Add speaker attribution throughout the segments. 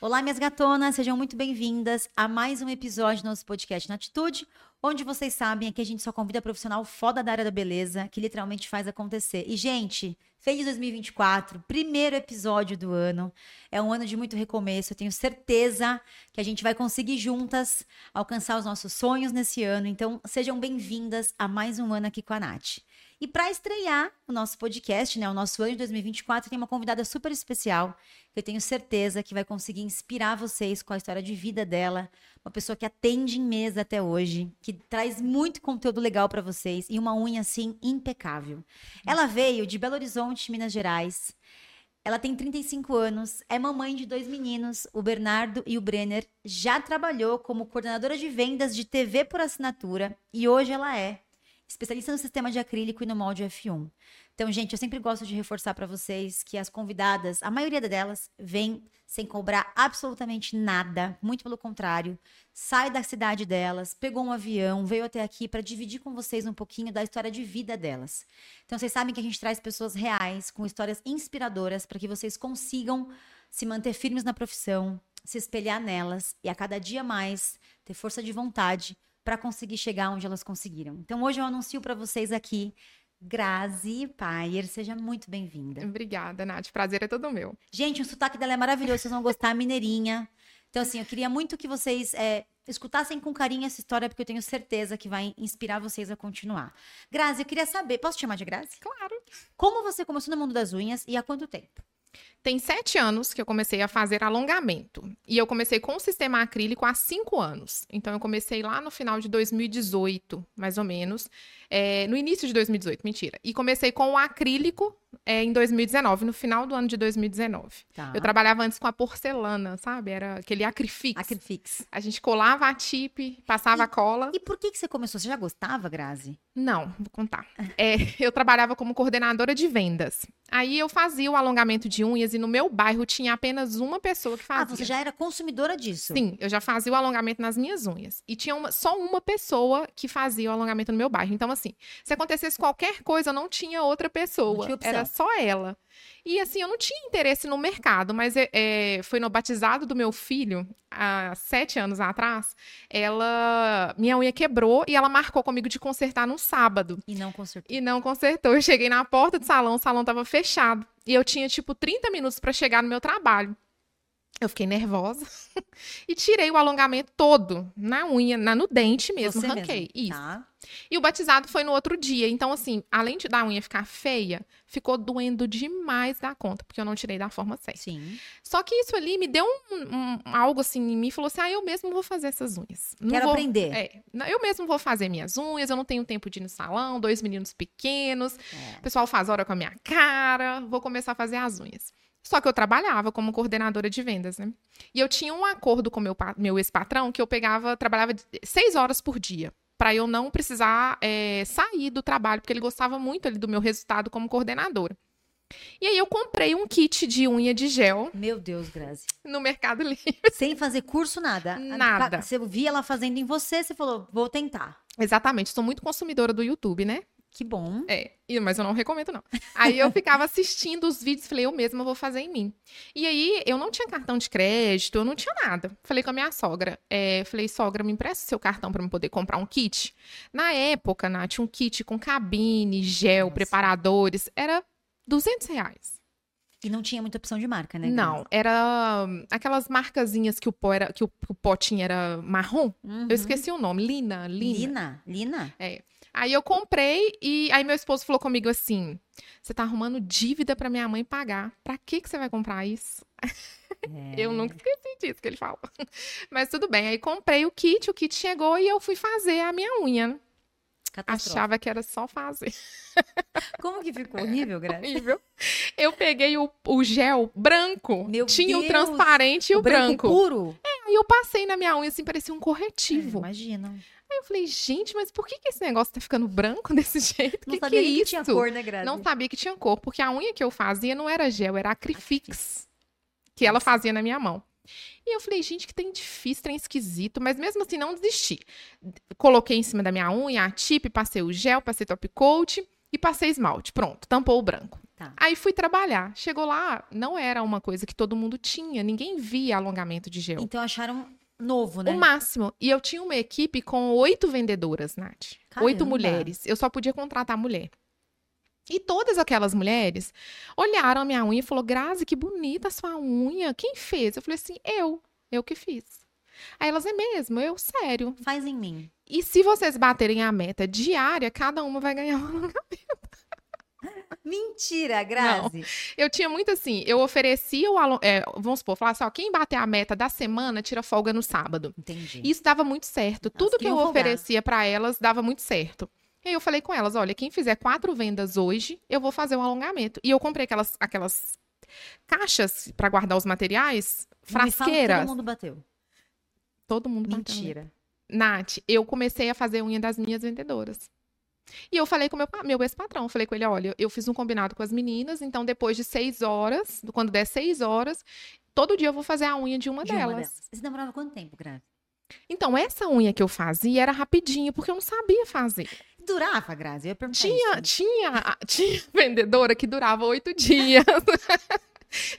Speaker 1: Olá, minhas gatonas, sejam muito bem-vindas a mais um episódio do nosso podcast na Atitude, onde vocês sabem que a gente só convida profissional foda da área da beleza, que literalmente faz acontecer. E, gente, feliz 2024, primeiro episódio do ano. É um ano de muito recomeço, eu tenho certeza que a gente vai conseguir juntas alcançar os nossos sonhos nesse ano. Então, sejam bem-vindas a mais um ano aqui com a Nath. E para estrear o nosso podcast, né, o nosso ano de 2024, tem uma convidada super especial, que eu tenho certeza que vai conseguir inspirar vocês com a história de vida dela, uma pessoa que atende em mesa até hoje, que traz muito conteúdo legal para vocês e uma unha assim impecável. Ela veio de Belo Horizonte, Minas Gerais. Ela tem 35 anos, é mamãe de dois meninos, o Bernardo e o Brenner. Já trabalhou como coordenadora de vendas de TV por assinatura e hoje ela é especialista no sistema de acrílico e no molde F1. Então, gente, eu sempre gosto de reforçar para vocês que as convidadas, a maioria delas, vem sem cobrar absolutamente nada, muito pelo contrário, sai da cidade delas, pegou um avião, veio até aqui para dividir com vocês um pouquinho da história de vida delas. Então, vocês sabem que a gente traz pessoas reais, com histórias inspiradoras, para que vocês consigam se manter firmes na profissão, se espelhar nelas e a cada dia mais ter força de vontade para conseguir chegar onde elas conseguiram. Então hoje eu anuncio para vocês aqui Grazi Paier, seja muito bem-vinda.
Speaker 2: Obrigada, Nath. Prazer é todo meu.
Speaker 1: Gente, o sotaque dela é maravilhoso, vocês vão gostar, mineirinha. Então, assim, eu queria muito que vocês é, escutassem com carinho essa história, porque eu tenho certeza que vai inspirar vocês a continuar. Grazi, eu queria saber, posso te chamar de Grazi?
Speaker 2: Claro.
Speaker 1: Como você começou no mundo das unhas e há quanto tempo?
Speaker 2: Tem sete anos que eu comecei a fazer alongamento. E eu comecei com o sistema acrílico há cinco anos. Então, eu comecei lá no final de 2018, mais ou menos. É, no início de 2018, mentira. E comecei com o acrílico é, em 2019, no final do ano de 2019.
Speaker 1: Tá.
Speaker 2: Eu trabalhava antes com a porcelana, sabe? Era aquele acrifix.
Speaker 1: Acrifix.
Speaker 2: A gente colava a tip, passava a cola.
Speaker 1: E por que, que você começou? Você já gostava, Grazi?
Speaker 2: Não, vou contar. É, eu trabalhava como coordenadora de vendas. Aí eu fazia o alongamento de unhas e no meu bairro tinha apenas uma pessoa que
Speaker 1: Ah,
Speaker 2: fazia.
Speaker 1: você já era consumidora disso.
Speaker 2: Sim, eu já fazia o alongamento nas minhas unhas. E tinha uma- só uma pessoa que fazia o alongamento no meu bairro. Então, assim, se acontecesse qualquer coisa, eu não tinha outra pessoa.
Speaker 1: Não tinha
Speaker 2: era
Speaker 1: opção.
Speaker 2: só ela. E, assim, eu não tinha interesse no mercado, mas é, é, foi no batizado do meu filho, há sete anos atrás, ela. Minha unha quebrou e ela marcou comigo de consertar num sábado.
Speaker 1: E não consertou.
Speaker 2: E não consertou. Eu cheguei na porta do salão, o salão tava fechado. E eu tinha, tipo, 30 minutos pra chegar no meu trabalho. Eu fiquei nervosa e tirei o alongamento todo, na unha, na, no dente mesmo,
Speaker 1: Você
Speaker 2: arranquei.
Speaker 1: mesma,
Speaker 2: Isso.
Speaker 1: Tá.
Speaker 2: E o batizado foi no outro dia. Então, assim, além de da unha ficar feia, ficou doendo demais da conta, porque eu não tirei da forma certa.
Speaker 1: Sim.
Speaker 2: Só que isso ali me deu um, um- algo assim em mim, falou assim: ah, eu mesmo vou fazer essas unhas. Não
Speaker 1: Quero
Speaker 2: vou-
Speaker 1: aprender.
Speaker 2: É, não, eu mesmo vou fazer minhas unhas, eu não tenho tempo de ir no salão, dois meninos pequenos,
Speaker 1: É.
Speaker 2: o pessoal faz hora com a minha cara, vou começar a fazer as unhas. Só que eu trabalhava como coordenadora de vendas, né? E eu tinha um acordo com meu, pa- meu ex-patrão que eu pegava, trabalhava de- seis horas por dia. Pra eu não precisar é, sair do trabalho, porque ele gostava muito ali do meu resultado como coordenadora. E aí eu comprei um kit de unha de gel
Speaker 1: Meu Deus, Grazi.
Speaker 2: no Mercado Livre.
Speaker 1: Sem fazer curso, nada.
Speaker 2: Nada.
Speaker 1: Você via ela fazendo em você, você falou, vou tentar.
Speaker 2: Exatamente, sou muito consumidora do YouTube, né?
Speaker 1: Que bom.
Speaker 2: É, e- mas eu não recomendo, não. Aí eu ficava assistindo os vídeos, falei, eu mesma vou fazer em mim. E aí eu não tinha cartão de crédito, eu não tinha nada. Falei com a minha sogra, é, falei, sogra, me empresta o seu cartão pra eu poder comprar um kit? Na época, Nath, um kit com cabine, gel,
Speaker 1: Nossa.
Speaker 2: preparadores, era 200 reais.
Speaker 1: E não tinha muita opção de marca, né?
Speaker 2: Não, era hum, aquelas marcazinhas que o pó, era, que o, que o potinho era marrom.
Speaker 1: Uhum.
Speaker 2: Eu esqueci o nome, Lina, Lina.
Speaker 1: Lina. Lina?
Speaker 2: Aí eu comprei e aí meu esposo falou comigo assim: "Você tá arrumando dívida pra minha mãe pagar. Pra que que você vai comprar isso?"
Speaker 1: É.
Speaker 2: Eu nunca esqueci disso que ele falou. Mas tudo bem, aí comprei o kit, o kit chegou e eu fui fazer a minha unha. né?
Speaker 1: Catastrófico.
Speaker 2: Achava que era só fazer.
Speaker 1: Como que ficou horrível, Grazi?
Speaker 2: Horrível. Eu peguei o, o gel branco.
Speaker 1: Meu
Speaker 2: tinha
Speaker 1: Deus!
Speaker 2: o transparente e o, branco.
Speaker 1: puro?
Speaker 2: Aí eu passei na minha unha assim, parecia um
Speaker 1: É,
Speaker 2: corretivo.
Speaker 1: imagina.
Speaker 2: Aí eu falei: "Gente, mas por que que esse negócio tá ficando branco desse jeito?
Speaker 1: Não
Speaker 2: que
Speaker 1: sabia
Speaker 2: que é
Speaker 1: nem
Speaker 2: isso?"
Speaker 1: que tinha cor, né, Grazi?
Speaker 2: Não sabia que tinha cor, porque a unha que eu fazia não era gel, era acrifix. Que ela
Speaker 1: Nossa.
Speaker 2: fazia na minha mão. E eu falei, gente, que tem difícil, trem esquisito, mas mesmo assim não desisti. Coloquei em cima da minha unha a tip, passei o gel, passei top coat e passei esmalte. Pronto, tampou o branco.
Speaker 1: Tá.
Speaker 2: Aí fui trabalhar. Chegou lá, não era uma coisa que todo mundo tinha. Ninguém via alongamento de gel.
Speaker 1: Então acharam novo, né?
Speaker 2: O máximo. E eu tinha uma equipe com oito vendedoras, Nath.
Speaker 1: Caramba.
Speaker 2: Oito mulheres. Eu só podia contratar mulher. E todas aquelas mulheres olharam a minha unha e falou: Grazi, que bonita a sua unha. Quem fez? Eu falei assim: eu. Eu que fiz. Aí elas, é mesmo? Eu, sério.
Speaker 1: Faz em mim.
Speaker 2: E se vocês baterem a meta diária, cada uma vai ganhar uma
Speaker 1: Mentira, Grazi.
Speaker 2: Eu tinha muito assim, eu oferecia o aluno. vamos supor, falar assim, ó, quem bater a meta da semana tira folga no sábado.
Speaker 1: Entendi.
Speaker 2: E Isso dava muito certo. Tudo que
Speaker 1: queriam
Speaker 2: eu
Speaker 1: folgar.
Speaker 2: oferecia pra elas dava muito certo. E aí eu falei com elas: olha, quem fizer quatro vendas hoje, eu vou fazer um alongamento. E eu comprei aquelas, aquelas caixas pra guardar os materiais,
Speaker 1: Não me fala que
Speaker 2: frasqueiras.
Speaker 1: Todo mundo bateu.
Speaker 2: Todo mundo bateu, né?
Speaker 1: Mentira.
Speaker 2: Nath, eu comecei a fazer unha das minhas vendedoras. E eu falei com meu, pa- meu ex-patrão, falei com ele, olha, eu fiz um combinado com as meninas, então depois de seis horas, quando der seis horas, todo dia eu vou fazer a unha de uma,
Speaker 1: De uma
Speaker 2: delas.
Speaker 1: delas. Você demorava quanto tempo, Grazi?
Speaker 2: Então, essa unha que eu fazia era rapidinho, porque eu não sabia fazer.
Speaker 1: Durava, Grazi? Eu ia perguntar
Speaker 2: Tinha,
Speaker 1: É isso.
Speaker 2: tinha, tinha vendedora que durava oito dias.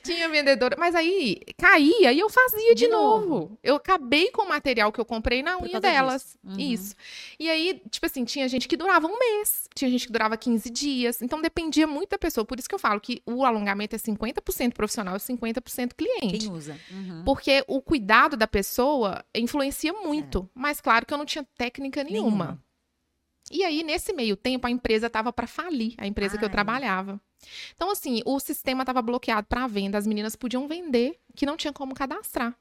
Speaker 2: tinha vendedora, mas aí caía e eu fazia de,
Speaker 1: De novo.
Speaker 2: novo. Eu acabei com o material que eu comprei na
Speaker 1: causa
Speaker 2: unha delas.
Speaker 1: disso. Uhum.
Speaker 2: Isso. E aí, tipo assim, tinha gente que durava um mês, tinha gente que durava 15 dias. Então dependia muito da pessoa. Por isso que eu falo que o alongamento é 50% profissional e 50% cliente.
Speaker 1: Quem usa? Uhum. É.
Speaker 2: Porque o cuidado da pessoa influencia muito. Mas claro que eu não tinha técnica nenhuma.
Speaker 1: Nenhuma.
Speaker 2: E aí, nesse meio tempo, a empresa estava para falir, a empresa que eu
Speaker 1: Ai.
Speaker 2: trabalhava. Então, assim, o sistema estava bloqueado para venda, as meninas podiam vender, que não tinha como cadastrar.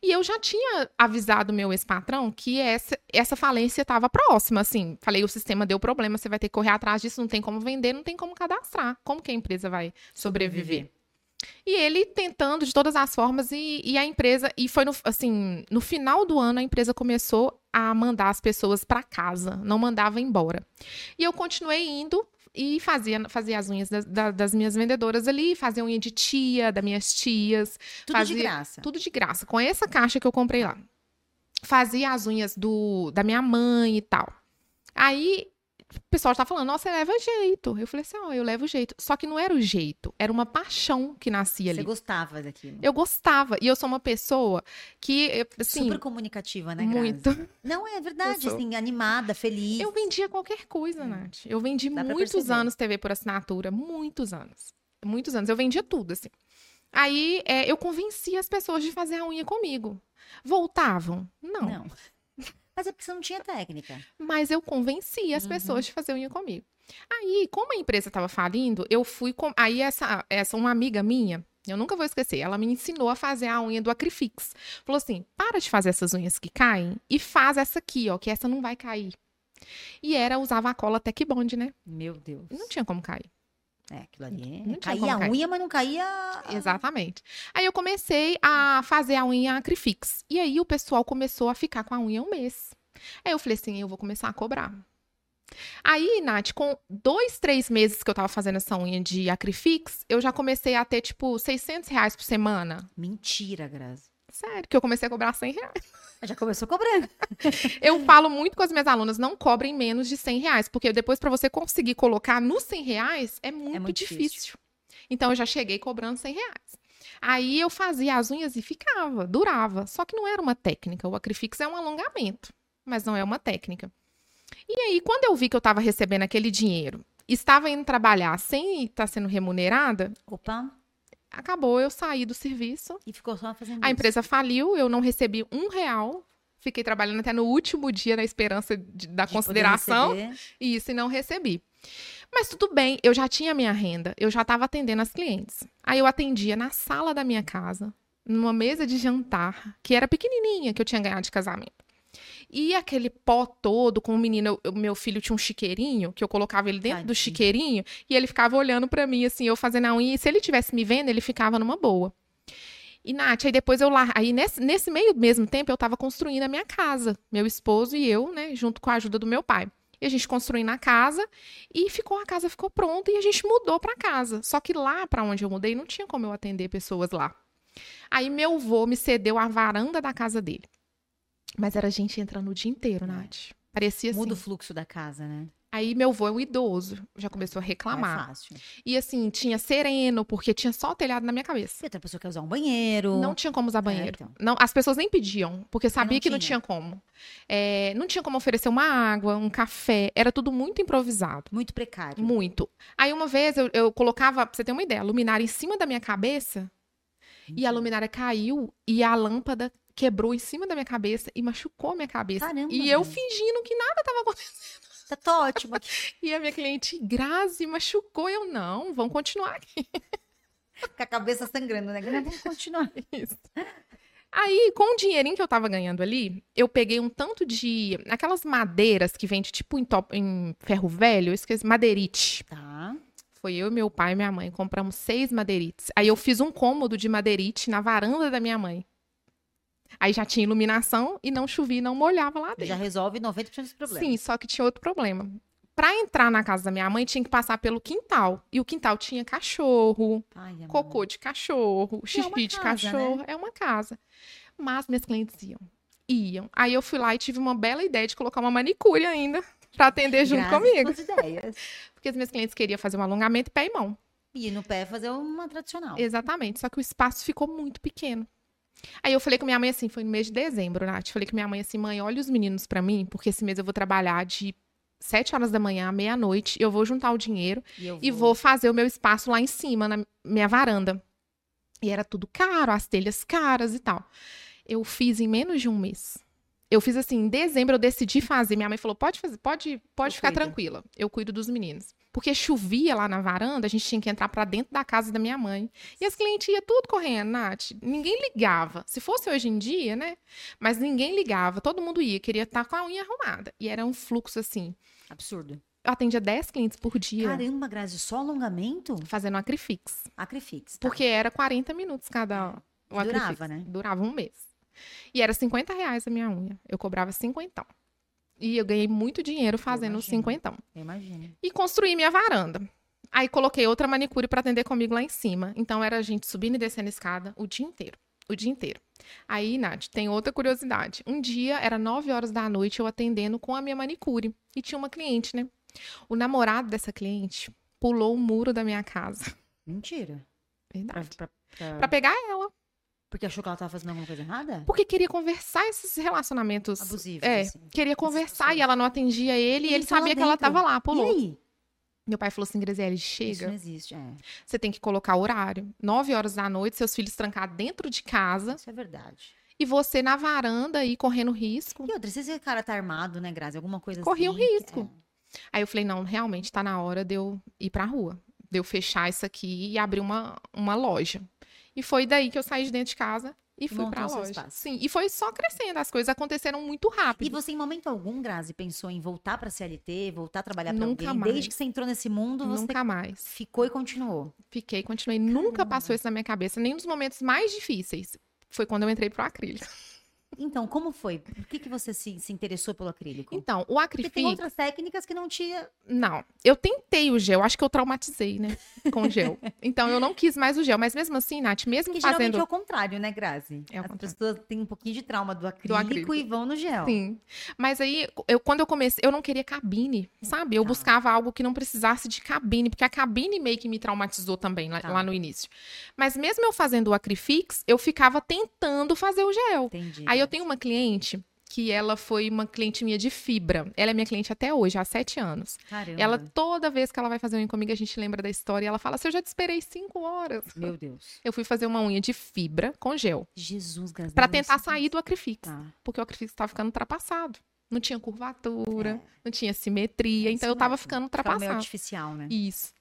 Speaker 2: E eu já tinha avisado meu ex-patrão que essa, essa falência estava próxima, assim. Falei, o sistema deu problema, você vai ter que correr atrás disso, não tem como vender, não tem como cadastrar. Como que a empresa vai sobreviver? E ele tentando de todas as formas e, e a empresa e foi no, assim no final do ano a empresa começou a mandar as pessoas para casa, não mandava embora. E eu continuei indo e fazia, fazia as unhas das, da- das minhas vendedoras ali, fazia unha de tia, das minhas tias,
Speaker 1: Tudo
Speaker 2: fazia-
Speaker 1: de graça.
Speaker 2: tudo de graça, com essa caixa que eu comprei lá. Fazia as unhas do, da minha mãe e tal. Aí o pessoal tá falando, nossa, você leva jeito. Eu falei assim, ó, eu levo jeito. Só que não era o jeito, era uma paixão que nascia ali.
Speaker 1: Você gostava daquilo.
Speaker 2: Eu gostava. E eu sou uma pessoa que, eu, assim,
Speaker 1: Super comunicativa, né, Grazi?
Speaker 2: muito.
Speaker 1: Não, é verdade,
Speaker 2: Eu sou.
Speaker 1: assim, animada, feliz.
Speaker 2: Eu vendia qualquer coisa, Nath. Eu vendi
Speaker 1: É. Dá pra
Speaker 2: muitos
Speaker 1: perceber.
Speaker 2: anos TV por assinatura. Muitos anos. Muitos anos. Eu vendia tudo, assim. Aí é, eu convencia as pessoas de fazer a unha comigo. Voltavam? Não.
Speaker 1: Não. Mas é porque você não tinha técnica.
Speaker 2: Mas eu convencia as
Speaker 1: Uhum.
Speaker 2: pessoas de fazer unha comigo. Aí, como a empresa estava falindo, eu fui com. Aí, essa, essa, uma amiga minha, eu nunca vou esquecer, ela me ensinou a fazer a unha do Acrifix. Falou assim: para de fazer essas unhas que caem e faz essa aqui, ó, que essa não vai cair. E era, usava a cola Tec Bond, né?
Speaker 1: Meu Deus.
Speaker 2: Não tinha como cair.
Speaker 1: É, aquilo ali.
Speaker 2: Não tinha como
Speaker 1: caía a
Speaker 2: cair.
Speaker 1: unha, mas não caía. a-
Speaker 2: Exatamente. Aí eu comecei a fazer a unha Acrifix. E aí o pessoal começou a ficar com a unha um mês. Aí eu falei assim, eu vou começar a cobrar. Aí, Nath, com dois, três meses que eu tava fazendo essa unha de Acrifix, eu já comecei a ter, tipo, 600 reais por semana.
Speaker 1: Mentira, Grazi.
Speaker 2: Sério, que eu comecei a cobrar 100 reais.
Speaker 1: Já começou cobrando.
Speaker 2: Eu falo muito com as minhas alunas, não cobrem menos de 100 reais, porque depois pra você conseguir colocar nos 100 reais é muito,
Speaker 1: muito
Speaker 2: difícil.
Speaker 1: difícil.
Speaker 2: Então eu já cheguei cobrando 100 reais. Aí eu fazia as unhas e ficava, durava. Só que não era uma técnica. O acrifix é um alongamento, mas não é uma técnica. E aí, quando eu vi que eu estava recebendo aquele dinheiro, estava indo trabalhar sem estar sendo remunerada,
Speaker 1: Opa,
Speaker 2: acabou, eu saí do serviço.
Speaker 1: e ficou só fazendo
Speaker 2: A
Speaker 1: isso.
Speaker 2: empresa faliu, eu não recebi um real. Fiquei trabalhando até no último dia na esperança de- da
Speaker 1: De poder
Speaker 2: consideração.
Speaker 1: receber.
Speaker 2: E Isso, e não recebi. Mas tudo bem, eu já tinha minha renda, eu já estava atendendo as clientes. Aí eu atendia na sala da minha casa, numa mesa de jantar, que era pequenininha, que eu tinha ganhado de casamento. E aquele pó todo com o menino, eu- eu- meu filho tinha um chiqueirinho, que eu colocava ele dentro
Speaker 1: Tadinho.
Speaker 2: do chiqueirinho, e ele ficava olhando pra mim, assim, eu fazendo a unha, e se ele tivesse me vendo, ele ficava numa boa. E, Nath, aí depois eu lá, aí nesse, nesse meio mesmo tempo eu tava construindo a minha casa, meu esposo e eu, né, junto com a ajuda do meu pai. E a gente construindo a casa e ficou a casa ficou pronta e a gente mudou pra casa. Só que lá pra onde eu mudei não tinha como eu atender pessoas lá. Aí meu avô me cedeu a varanda da casa dele. Mas era gente entrando o dia inteiro,
Speaker 1: É.
Speaker 2: Nath. Parecia assim,
Speaker 1: Muda o fluxo da casa, né?
Speaker 2: Aí meu avô é um idoso, já começou a reclamar.
Speaker 1: É fácil.
Speaker 2: E assim, tinha sereno, porque tinha só o telhado na minha cabeça.
Speaker 1: E outra pessoa quer usar um banheiro.
Speaker 2: Não tinha como usar banheiro.
Speaker 1: então.
Speaker 2: não, as pessoas nem pediam, porque sabia que É. não
Speaker 1: tinha.
Speaker 2: tinha como. É, não tinha como oferecer uma água, um café. Era tudo muito improvisado.
Speaker 1: Muito precário.
Speaker 2: Muito. Aí uma vez eu, eu colocava, pra você ter uma ideia, a luminária em cima da minha cabeça. E a
Speaker 1: Uhum.
Speaker 2: luminária caiu e a lâmpada quebrou em cima da minha cabeça e machucou a minha cabeça.
Speaker 1: Caramba,
Speaker 2: e eu
Speaker 1: velho.
Speaker 2: fingindo que nada tava acontecendo.
Speaker 1: Tá, tá ótimo aqui.
Speaker 2: E a minha cliente, Grazi, machucou. Eu não, vão continuar aqui.
Speaker 1: Com a cabeça sangrando, né? Não, Vamos continuar.
Speaker 2: Aí, com o dinheirinho que eu tava ganhando ali, eu peguei um tanto de. Aquelas madeiras que vende tipo em, top- em ferro velho, eu esqueci, madeirite.
Speaker 1: Tá.
Speaker 2: Foi eu, meu pai e minha mãe, compramos seis madeirites. Aí eu fiz um cômodo de madeirite na varanda da minha mãe. Aí já tinha iluminação e não chovia, e não molhava lá dentro.
Speaker 1: Já resolve 90% dos problemas.
Speaker 2: Sim, só que tinha outro problema. Pra entrar na casa da minha mãe, tinha que passar pelo quintal. E o quintal tinha cachorro,
Speaker 1: Ai, amor.
Speaker 2: cocô de
Speaker 1: é
Speaker 2: cachorro,
Speaker 1: uma
Speaker 2: xixi de
Speaker 1: casa, né?
Speaker 2: cachorro, é uma casa. Mas minhas clientes iam. Iam. Aí eu fui lá e tive uma bela ideia de colocar uma manicure ainda pra atender junto
Speaker 1: Graças
Speaker 2: comigo,
Speaker 1: às suas ideias.
Speaker 2: porque as minhas clientes queriam fazer um alongamento pé e mão.
Speaker 1: E no pé fazer uma tradicional.
Speaker 2: Exatamente, só que o espaço ficou muito pequeno. Aí eu falei com minha mãe assim, foi no mês de dezembro, Nath. Falei com minha mãe assim, mãe, olha os meninos pra mim, porque esse mês eu vou trabalhar de 7 horas da manhã à meia-noite, eu vou juntar o dinheiro
Speaker 1: eu
Speaker 2: e vou fazer o meu espaço lá em cima, na minha varanda. E era tudo caro, as telhas caras e tal. Eu fiz em menos de um mês. Eu fiz assim, em dezembro eu decidi fazer. Minha mãe falou: pode fazer, pode, pode
Speaker 1: Eu
Speaker 2: ficar
Speaker 1: cuido.
Speaker 2: tranquila. Eu cuido dos meninos. Porque chovia lá na varanda, a gente tinha que entrar pra dentro da casa da minha mãe. E as clientes iam tudo correndo, Nath. Ninguém ligava. Se fosse hoje em dia, né? Mas ninguém ligava. Todo mundo ia, queria estar com a unha arrumada. E era um fluxo assim.
Speaker 1: Absurdo.
Speaker 2: Eu atendia 10 clientes por dia
Speaker 1: Caramba, Grazi, só alongamento?
Speaker 2: fazendo acrifix.
Speaker 1: Acrifix. tá.
Speaker 2: Porque era 40 minutos cada. o
Speaker 1: Durava,
Speaker 2: acrílico.
Speaker 1: né?
Speaker 2: Durava um mês. E era 50 reais a minha unha. Eu cobrava 50. E eu ganhei muito dinheiro fazendo os
Speaker 1: imagino.
Speaker 2: 50.
Speaker 1: Eu imagino.
Speaker 2: E construí minha varanda. Aí coloquei outra manicure pra atender comigo lá em cima. Então era a gente subindo e descendo a escada o dia inteiro. O dia inteiro. Aí, Nath, tem outra curiosidade. Um dia, era 9 horas da noite, eu atendendo com a minha manicure. E tinha uma cliente, né? O namorado dessa cliente pulou o muro da minha casa.
Speaker 1: Mentira. Pra-
Speaker 2: Verdade.
Speaker 1: pra- pra-
Speaker 2: Pra pegar ela.
Speaker 1: Porque achou que ela tava fazendo alguma coisa errada?
Speaker 2: Porque queria conversar esses relacionamentos.
Speaker 1: Abusivos,
Speaker 2: É,
Speaker 1: assim.
Speaker 2: queria conversar
Speaker 1: pessoas.
Speaker 2: e ela não atendia ele e
Speaker 1: Ele
Speaker 2: ele
Speaker 1: tá lá
Speaker 2: sabia que ela
Speaker 1: dentro.
Speaker 2: tava lá,
Speaker 1: E
Speaker 2: pulou.
Speaker 1: aí?
Speaker 2: Meu pai falou assim, Graziele,
Speaker 1: Isso não
Speaker 2: chega,
Speaker 1: existe. É,
Speaker 2: você tem que colocar horário. Nove horas da noite, seus filhos trancados dentro de casa
Speaker 1: isso é verdade.
Speaker 2: e você na varanda aí correndo risco.
Speaker 1: E outra, se esse cara tá armado, né, Grazi? Alguma coisa
Speaker 2: Corria o
Speaker 1: assim. que-
Speaker 2: risco. Aí eu falei, não, realmente tá na hora de eu ir pra rua. De eu fechar isso aqui e abrir uma, uma loja. E foi daí que eu saí de dentro de casa e fui
Speaker 1: montou
Speaker 2: pra
Speaker 1: o seu
Speaker 2: loja.
Speaker 1: espaço.
Speaker 2: Sim, e foi só crescendo, as coisas aconteceram muito
Speaker 1: E
Speaker 2: rápido.
Speaker 1: você, em momento algum, Grazi, pensou em voltar pra CLT, voltar a trabalhar pra
Speaker 2: Nunca
Speaker 1: alguém? Desde
Speaker 2: mais.
Speaker 1: que você entrou nesse mundo, você
Speaker 2: Nunca mais.
Speaker 1: ficou e continuou.
Speaker 2: Fiquei, continuei. Nunca passou isso na minha cabeça, nem nos momentos mais difíceis. Foi quando eu entrei pro acrílico.
Speaker 1: Então, como foi? Por que, que você se, se interessou pelo acrílico?
Speaker 2: Então, o
Speaker 1: Porque
Speaker 2: acrílico.
Speaker 1: tem outras técnicas que não tinha.
Speaker 2: Não, eu tentei o gel, acho que eu traumatizei, né? Com o gel. Então, eu não quis mais o gel. Mas mesmo assim, Nath, mesmo
Speaker 1: Porque geralmente
Speaker 2: fazendo.
Speaker 1: é o contrário, né, Grazi?
Speaker 2: É o
Speaker 1: As
Speaker 2: contrário.
Speaker 1: pessoas têm um pouquinho de trauma do acrílico,
Speaker 2: acrílico.
Speaker 1: e vão no gel.
Speaker 2: Sim. Mas aí, eu, quando eu comecei, eu não queria cabine, sabe? Eu
Speaker 1: Tá.
Speaker 2: buscava algo que não precisasse de cabine, porque a cabine meio que me traumatizou também lá,
Speaker 1: Tá.
Speaker 2: lá no início. Mas mesmo eu fazendo o Acrifix, eu ficava tentando fazer o gel.
Speaker 1: Entendi.
Speaker 2: Aí eu tenho uma cliente que ela foi uma cliente minha de fibra. Ela é minha cliente até hoje, há sete anos.
Speaker 1: Caramba.
Speaker 2: Ela, toda vez que ela vai fazer unha comigo, a gente lembra da história e ela fala: Se eu já te esperei cinco horas.
Speaker 1: Meu Deus.
Speaker 2: Eu fui fazer uma unha de fibra com gel.
Speaker 1: Jesus, Grazi.
Speaker 2: Pra
Speaker 1: não, é isso
Speaker 2: tentar
Speaker 1: não-
Speaker 2: sair do Acrifix.
Speaker 1: Tá.
Speaker 2: Porque o Acrifix tava ficando ultrapassado. Não tinha curvatura,
Speaker 1: É,
Speaker 2: não tinha simetria.
Speaker 1: É
Speaker 2: então
Speaker 1: isso
Speaker 2: eu tava
Speaker 1: mesmo.
Speaker 2: ficando
Speaker 1: Fica meio
Speaker 2: ultrapassado.
Speaker 1: artificial, né?
Speaker 2: Isso.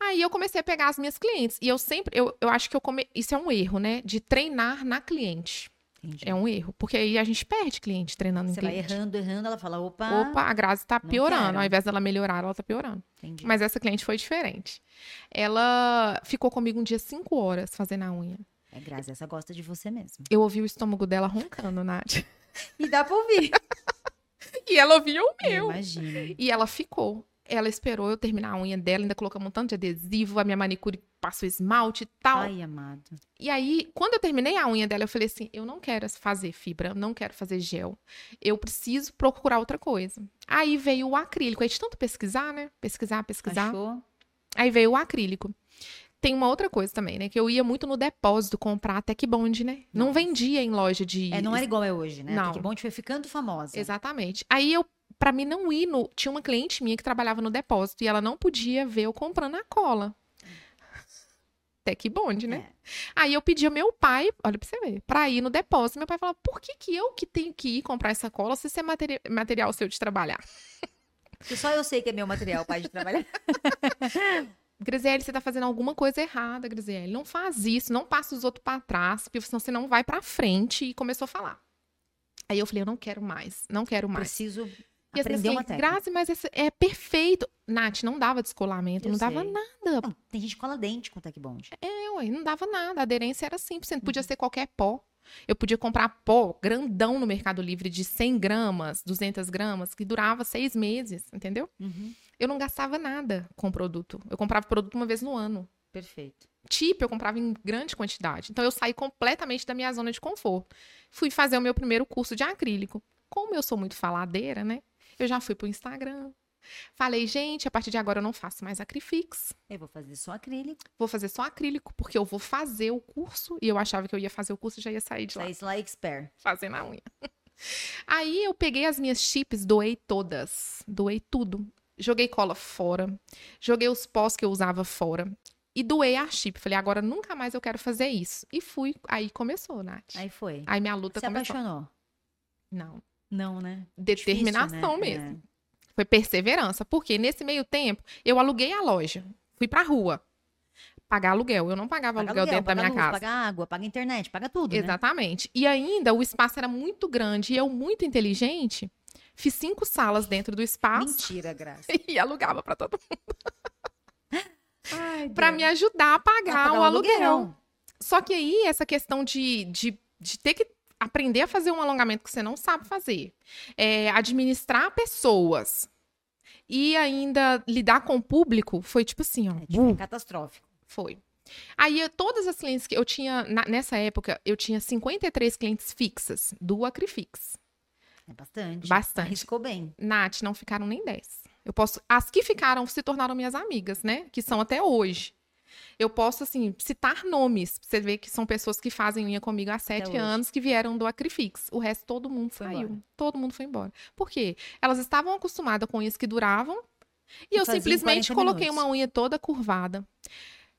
Speaker 2: Aí eu comecei a pegar as minhas clientes. E eu sempre, eu, eu acho que eu come... isso é um erro, né? De treinar na cliente.
Speaker 1: Entendi.
Speaker 2: É um erro, porque aí a gente perde cliente treinando em
Speaker 1: Você vai
Speaker 2: cliente.
Speaker 1: errando, errando, ela fala, opa.
Speaker 2: Opa, a Grazi tá
Speaker 1: não
Speaker 2: piorando.
Speaker 1: quero.
Speaker 2: Ao invés dela melhorar, ela tá piorando.
Speaker 1: Entendi.
Speaker 2: Mas essa cliente foi diferente. Ela ficou comigo um dia cinco horas fazendo a unha.
Speaker 1: É, Grazi, essa gosta de você mesmo.
Speaker 2: Eu ouvi o estômago dela roncando, Nath.
Speaker 1: E dá pra ouvir.
Speaker 2: E ela ouviu o
Speaker 1: Eu
Speaker 2: meu.
Speaker 1: imagino.
Speaker 2: E ela ficou. Ela esperou eu terminar a unha dela, ainda colocamos um tanto de adesivo, a minha manicure passou esmalte e tal.
Speaker 1: Ai, amado.
Speaker 2: E aí, quando eu terminei a unha dela, eu falei assim: eu não quero fazer fibra, eu não quero fazer gel. Eu preciso procurar outra coisa. Aí veio o acrílico. Aí de tanto pesquisar, né? Pesquisar, pesquisar.
Speaker 1: Achou?
Speaker 2: Aí veio o acrílico. Tem uma outra coisa também, né? Que eu ia muito no depósito comprar até que bonde, né? Não
Speaker 1: Nossa.
Speaker 2: vendia em loja de.
Speaker 1: É, não era igual é hoje, né?
Speaker 2: Não.
Speaker 1: Que bom, foi ficando famosa.
Speaker 2: Exatamente. Aí eu, pra mim não ir no. Tinha uma cliente minha que trabalhava no depósito e ela não podia ver eu comprando a cola. Até que bonde, né?
Speaker 1: É.
Speaker 2: Aí eu pedi ao meu pai, olha pra você ver, pra ir no depósito. Meu pai falou: por que, que eu que tenho que ir comprar essa cola se isso é materi- material seu de trabalhar?
Speaker 1: Que só eu sei que é meu material, pai de trabalhar.
Speaker 2: Graziele, você tá fazendo alguma coisa errada, Graziele. Não faz isso, não passa os outros pra trás, porque senão você não vai pra frente. E começou a falar. Aí eu falei: eu não quero mais, não quero mais.
Speaker 1: Preciso
Speaker 2: E as
Speaker 1: aprender
Speaker 2: pessoas
Speaker 1: uma
Speaker 2: assim,
Speaker 1: técnica.
Speaker 2: Grazi, mas esse é perfeito. Nath, não dava descolamento,
Speaker 1: Eu
Speaker 2: não dava
Speaker 1: sei.
Speaker 2: nada.
Speaker 1: Não, tem gente que cola dente com tech bond.
Speaker 2: É, ué, não dava nada. A aderência era 100%.
Speaker 1: Uhum.
Speaker 2: Podia ser qualquer pó. Eu podia comprar pó grandão no Mercado Livre de 100 gramas, 200 gramas, que durava seis meses, entendeu?
Speaker 1: Uhum,
Speaker 2: Eu não gastava nada com produto. Eu comprava produto uma vez no ano.
Speaker 1: Perfeito.
Speaker 2: Tip eu comprava em grande quantidade. Então eu saí completamente da minha zona de conforto. Fui fazer o meu primeiro curso de acrílico. Como eu sou muito faladeira, né? Eu já fui pro Instagram. Falei, gente, a partir de agora eu não faço mais acrifix.
Speaker 1: Eu vou fazer só acrílico.
Speaker 2: Vou fazer só acrílico, porque eu vou fazer o curso. E eu achava que eu ia fazer o curso e já ia sair de lá
Speaker 1: Saí lá expert.
Speaker 2: fazendo a unha. Aí eu peguei as minhas chips, doei todas, doei tudo. Joguei cola fora, joguei os pós que eu usava fora e doei a chip. Falei, agora nunca mais eu quero fazer isso. E fui, aí começou, Nath. Aí,
Speaker 1: Aí foi.
Speaker 2: minha luta
Speaker 1: Se
Speaker 2: começou.
Speaker 1: apaixonou?
Speaker 2: Não,
Speaker 1: Não, né? Difícil,
Speaker 2: determinação
Speaker 1: né?
Speaker 2: mesmo. Foi perseverança, porque nesse meio tempo eu aluguei a loja, fui pra rua pagar aluguel. Eu não pagava
Speaker 1: Paga
Speaker 2: aluguel, dentro da
Speaker 1: paga
Speaker 2: minha
Speaker 1: luz,
Speaker 2: casa.
Speaker 1: Paga água, paga internet, paga tudo, né?
Speaker 2: Exatamente. E ainda o espaço era muito grande e eu, muito inteligente, fiz cinco salas dentro do espaço
Speaker 1: Mentira, Graça.
Speaker 2: e alugava pra todo mundo.
Speaker 1: Ai,
Speaker 2: Pra
Speaker 1: Deus.
Speaker 2: me ajudar a
Speaker 1: Pra
Speaker 2: pagar
Speaker 1: pagar
Speaker 2: o aluguel. Só que aí, essa questão de, de, de ter que aprender a fazer um alongamento que você não sabe fazer, é, administrar pessoas e ainda lidar com o público foi tipo assim, ó.
Speaker 1: É, tipo,
Speaker 2: bum.
Speaker 1: catastrófico.
Speaker 2: Foi. Aí, eu- todas as clientes que eu tinha, na- nessa época, eu tinha 53 clientes fixas do Acrifix.
Speaker 1: É bastante.
Speaker 2: Bastante.
Speaker 1: Arriscou bem.
Speaker 2: Nath, não ficaram nem 10. Eu posso. As que ficaram se tornaram minhas amigas, né? Que são até hoje. Eu posso, assim, citar nomes. Pra você ver que são pessoas que fazem unha comigo há sete
Speaker 1: hoje.
Speaker 2: anos, que vieram do Acrifix. O resto, todo mundo
Speaker 1: Foi
Speaker 2: saiu.
Speaker 1: embora.
Speaker 2: Todo mundo foi embora. Por quê? Elas estavam acostumadas com unhas que duravam. E,
Speaker 1: E
Speaker 2: eu
Speaker 1: fazia em
Speaker 2: simplesmente
Speaker 1: 40
Speaker 2: coloquei
Speaker 1: minutos.
Speaker 2: uma unha toda curvada.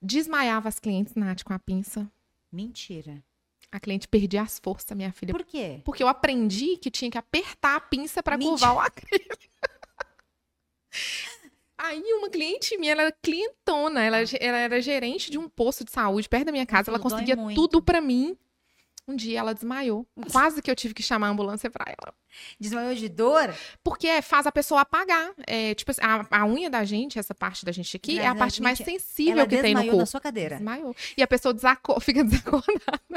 Speaker 2: Desmaiava as clientes, Nath, com a pinça.
Speaker 1: Mentira.
Speaker 2: A cliente perdia as forças, minha filha.
Speaker 1: Por quê?
Speaker 2: Porque eu aprendi que tinha que apertar a pinça para
Speaker 1: Mentira.
Speaker 2: curvar o acrílico. Aí uma cliente minha, ela era clientona, ela, é ge- ela era gerente de um posto de saúde perto da minha casa, ela
Speaker 1: Aquilo dói
Speaker 2: conseguia
Speaker 1: muito.
Speaker 2: tudo para mim. Um dia ela desmaiou. Quase que eu tive que chamar a ambulância para ela.
Speaker 1: Desmaiou de dor?
Speaker 2: Porque é, faz a pessoa apagar. É, tipo, assim, a, a unha da gente, essa parte da gente aqui, é a parte mais sensível
Speaker 1: Ela
Speaker 2: que tem no
Speaker 1: desmaiou na
Speaker 2: corpo.
Speaker 1: sua cadeira.
Speaker 2: Desmaiou. E a pessoa desaco- fica desacordada.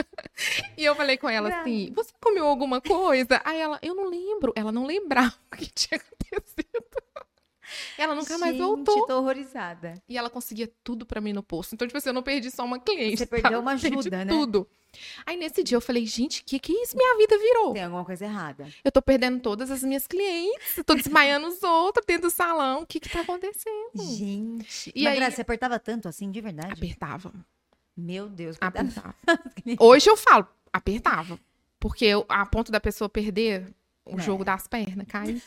Speaker 2: E eu falei com ela assim: Você comeu alguma coisa? Aí ela, eu não lembro. Ela não lembrava o que tinha acontecido. Ela nunca mais
Speaker 1: Gente,
Speaker 2: voltou.
Speaker 1: tô horrorizada.
Speaker 2: E ela conseguia tudo pra mim no posto. Então, tipo assim, eu não perdi só uma cliente.
Speaker 1: Você
Speaker 2: sabe?
Speaker 1: perdeu uma
Speaker 2: Eu perdi
Speaker 1: ajuda, né?
Speaker 2: Tudo. Aí nesse dia eu falei: Gente, que que isso? Minha vida virou.
Speaker 1: Tem alguma coisa errada.
Speaker 2: Eu tô perdendo todas as minhas clientes. Eu tô desmaiando os outros dentro do salão. O que que tá acontecendo?
Speaker 1: Gente.
Speaker 2: E
Speaker 1: Mas,
Speaker 2: aí-
Speaker 1: Graça, você apertava tanto assim, de verdade?
Speaker 2: Apertava.
Speaker 1: Meu Deus. coitada.
Speaker 2: Apertava. Hoje eu falo, apertava. Porque eu- a ponto da pessoa perder o
Speaker 1: É.
Speaker 2: jogo das pernas, cai.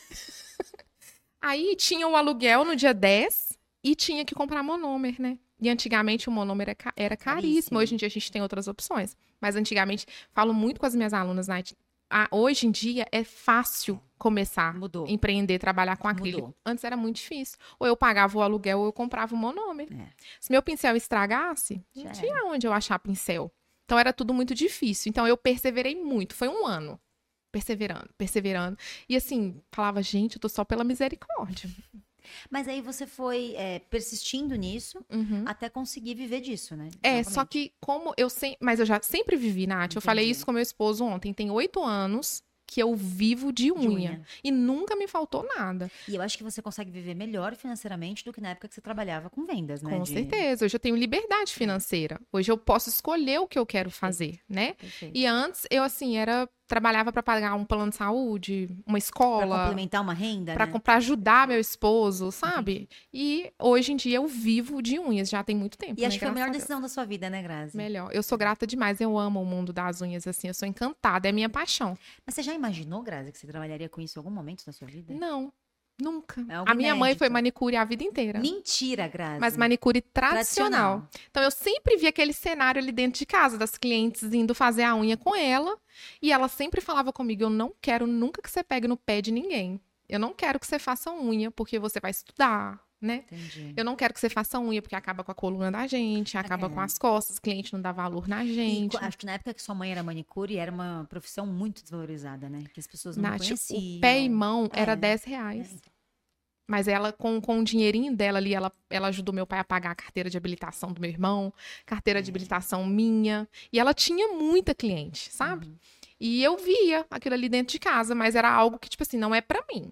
Speaker 2: Aí tinha o aluguel no dia 10 e tinha que comprar monômer, né? E antigamente o monômer era, ca- era caríssimo.
Speaker 1: Caríssimo.
Speaker 2: Hoje em dia a gente tem outras opções. Mas antigamente, falo muito com as minhas alunas, Nath. ah, hoje em dia é fácil começar
Speaker 1: Mudou.
Speaker 2: empreender, trabalhar com acrílico.
Speaker 1: Mudou.
Speaker 2: Antes era muito difícil. Ou eu pagava o aluguel ou eu comprava o monômer.
Speaker 1: É.
Speaker 2: Se meu pincel estragasse,
Speaker 1: Já
Speaker 2: não tinha onde eu achar pincel. Então era tudo muito difícil. Então eu perseverei muito. Foi um ano. Perseverando, perseverando. E assim, falava, gente, eu tô só pela misericórdia.
Speaker 1: Mas aí você foi é, persistindo nisso
Speaker 2: Uhum.
Speaker 1: até conseguir viver disso, né?
Speaker 2: É, só que como eu sempre. Mas eu já sempre vivi, Nath. Eu falei
Speaker 1: Entendi.
Speaker 2: isso com meu esposo ontem. Tem oito anos que eu vivo de unha.
Speaker 1: de unha.
Speaker 2: E nunca me faltou nada.
Speaker 1: E eu acho que você consegue viver melhor financeiramente do que na época que você trabalhava com vendas, né?
Speaker 2: Com
Speaker 1: de- É.
Speaker 2: certeza. Hoje eu tenho liberdade financeira. Hoje eu posso escolher o que eu quero fazer, né?
Speaker 1: Perfeito.
Speaker 2: E antes eu assim era trabalhava para pagar um plano de saúde, uma
Speaker 1: Pra
Speaker 2: escola,
Speaker 1: complementar uma renda,
Speaker 2: para
Speaker 1: né? Uhum.
Speaker 2: ajudar meu esposo, sabe? E hoje em dia eu vivo de unhas, já tem muito tempo.
Speaker 1: E acho que
Speaker 2: né?
Speaker 1: foi a
Speaker 2: Graças
Speaker 1: melhor
Speaker 2: Deus.
Speaker 1: decisão da sua vida, né, Grazi?
Speaker 2: Melhor. Eu sou grata demais, eu amo o mundo das unhas, assim, eu sou encantada, é minha paixão.
Speaker 1: Mas você já imaginou, Grazi, que você trabalharia com isso em algum momento da sua vida?
Speaker 2: Não, nunca.
Speaker 1: É algo
Speaker 2: a minha mãe foi
Speaker 1: inédito.
Speaker 2: manicure a vida inteira.
Speaker 1: Mentira, Grazi.
Speaker 2: Mas manicure tradicional. Então eu sempre vi aquele cenário ali dentro de casa, das clientes indo fazer a unha com ela. E ela sempre falava comigo: eu não quero nunca que você pegue no pé de ninguém. Eu não quero que você faça unha, porque você vai estudar, né?
Speaker 1: Entendi.
Speaker 2: Eu não quero que você faça unha, porque acaba com a coluna da gente, acaba
Speaker 1: É.
Speaker 2: com as costas, o cliente não dá valor na
Speaker 1: E
Speaker 2: gente.
Speaker 1: co- acho que na época que sua mãe era manicure, era uma profissão muito desvalorizada, né? Que as pessoas não
Speaker 2: Nath,
Speaker 1: conheciam.
Speaker 2: tipo, o pé e mão era
Speaker 1: É.
Speaker 2: 10
Speaker 1: É,
Speaker 2: reais.
Speaker 1: então.
Speaker 2: Mas ela, com, com o dinheirinho dela ali, ela, ela ajudou meu pai a pagar a carteira de habilitação do meu irmão, carteira
Speaker 1: Hum.
Speaker 2: de habilitação minha. E ela tinha muita cliente, sabe?
Speaker 1: Uhum.
Speaker 2: E eu via aquilo ali dentro de casa, mas era algo que, tipo assim, não é pra mim.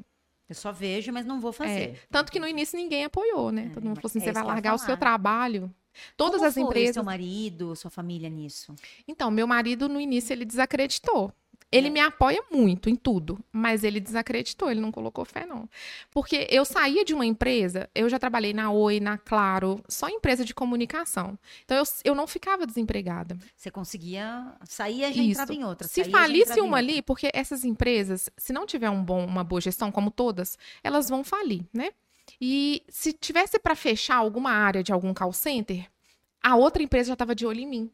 Speaker 1: Eu só vejo, mas não vou
Speaker 2: É,
Speaker 1: fazer.
Speaker 2: tanto que no início ninguém apoiou, né?
Speaker 1: É,
Speaker 2: Todo mundo falou assim:
Speaker 1: é
Speaker 2: você
Speaker 1: isso
Speaker 2: vai
Speaker 1: que eu ia
Speaker 2: largar o seu
Speaker 1: falar.
Speaker 2: trabalho. Todas
Speaker 1: Como
Speaker 2: as
Speaker 1: foi
Speaker 2: empresas.
Speaker 1: seu marido, sua família nisso?
Speaker 2: Então, meu marido, no início, ele desacreditou. Ele me apoia muito em tudo, mas ele desacreditou, ele não colocou fé, não. Porque eu saía de uma empresa, eu já trabalhei na Oi, na Claro, só empresa de comunicação. Então, eu, eu não ficava desempregada.
Speaker 1: Você conseguia saía e já
Speaker 2: Isso.
Speaker 1: entrava em outra.
Speaker 2: Se
Speaker 1: saía, já
Speaker 2: falisse
Speaker 1: entrava em
Speaker 2: uma
Speaker 1: outra.
Speaker 2: ali, porque essas empresas, se não tiver um bom, uma boa gestão, como todas, elas vão falir, né? E se tivesse para fechar alguma área de algum call center, a outra empresa já estava de olho em mim.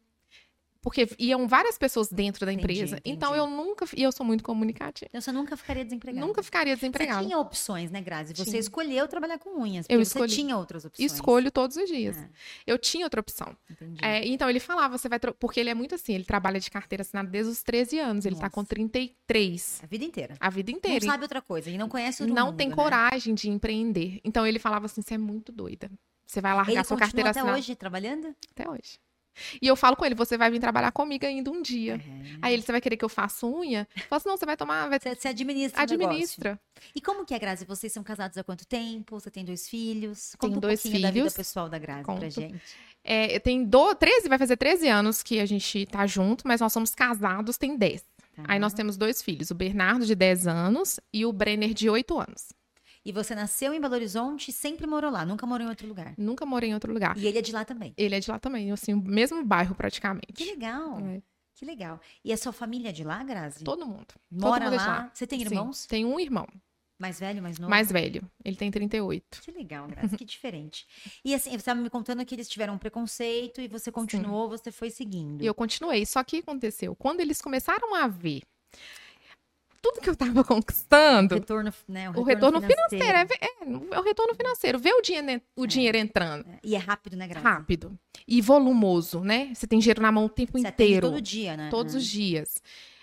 Speaker 2: Porque iam várias pessoas dentro da
Speaker 1: Entendi,
Speaker 2: empresa. Então
Speaker 1: entendi.
Speaker 2: eu nunca. E eu sou muito comunicativa.
Speaker 1: Então você nunca ficaria desempregada.
Speaker 2: Nunca ficaria
Speaker 1: Você
Speaker 2: desempregada.
Speaker 1: tinha opções, né, Grazi? Você
Speaker 2: Tinha.
Speaker 1: escolheu trabalhar com unhas.
Speaker 2: Eu
Speaker 1: porque
Speaker 2: escolhi.
Speaker 1: Você tinha outras opções.
Speaker 2: Escolho todos os dias.
Speaker 1: É.
Speaker 2: Eu tinha outra opção.
Speaker 1: Entendi.
Speaker 2: É, então ele falava, você vai. tro- Porque ele é muito assim, ele trabalha de carteira assinada desde os 13 anos. Ele está
Speaker 1: Nossa.
Speaker 2: com 33
Speaker 1: A vida inteira.
Speaker 2: a vida inteira.
Speaker 1: Não sabe outra coisa e não conhece o né?
Speaker 2: não tem coragem de empreender. Então ele falava assim: você é muito doida. Você vai largar
Speaker 1: Ele
Speaker 2: sua
Speaker 1: continua
Speaker 2: carteira
Speaker 1: até
Speaker 2: assinada
Speaker 1: hoje trabalhando?
Speaker 2: até hoje. E eu falo com ele: você vai vir trabalhar comigo ainda um dia.
Speaker 1: É.
Speaker 2: Aí ele, você vai querer que eu faça unha? Eu falo assim: não, você vai tomar, vai
Speaker 1: Você, você administra o é negócio.
Speaker 2: administra.
Speaker 1: E como que é, Grazi? Vocês são casados há quanto tempo? Você tem dois filhos? Conta
Speaker 2: Tenho
Speaker 1: um
Speaker 2: dois
Speaker 1: pouquinho da vida
Speaker 2: filhos.
Speaker 1: pessoal da Grazi pra
Speaker 2: Conto.
Speaker 1: gente.
Speaker 2: É, tem do, 13, vai fazer 13 anos que a gente tá junto, mas nós somos casados, tem 10.
Speaker 1: tá?
Speaker 2: Aí nós temos dois filhos, o Bernardo de 10 anos e o Brenner de 8 anos.
Speaker 1: E você nasceu em Belo Horizonte e sempre morou lá, nunca morou em outro lugar.
Speaker 2: Nunca morei em outro lugar.
Speaker 1: E ele é de lá também.
Speaker 2: Ele é de lá também, assim, o mesmo bairro
Speaker 1: Que
Speaker 2: praticamente.
Speaker 1: legal,
Speaker 2: É,
Speaker 1: que legal. E a sua família é de lá, Grazi?
Speaker 2: todo mundo.
Speaker 1: Mora
Speaker 2: mundo é de
Speaker 1: lá.
Speaker 2: lá.
Speaker 1: Você tem
Speaker 2: Sim,
Speaker 1: irmãos?
Speaker 2: tem um irmão.
Speaker 1: Mais velho, mais novo?
Speaker 2: Mais velho. Ele tem 38.
Speaker 1: Que legal, Grazi, que diferente. E assim, você estava me contando que eles tiveram um preconceito e você continuou, você foi seguindo.
Speaker 2: E eu continuei. Só que o que aconteceu? Quando eles começaram a ver tudo que eu tava
Speaker 1: O
Speaker 2: conquistando,
Speaker 1: retorno, né?
Speaker 2: o retorno financeiro, é, é- é o retorno financeiro. Ver o dinheiro, en- o dinheiro entrando
Speaker 1: É, E é rápido, né, Grazi?
Speaker 2: rápido e volumoso, né? Você tem dinheiro na mão o tempo
Speaker 1: Você atende
Speaker 2: inteiro,
Speaker 1: todo dia, né?
Speaker 2: todos os dias.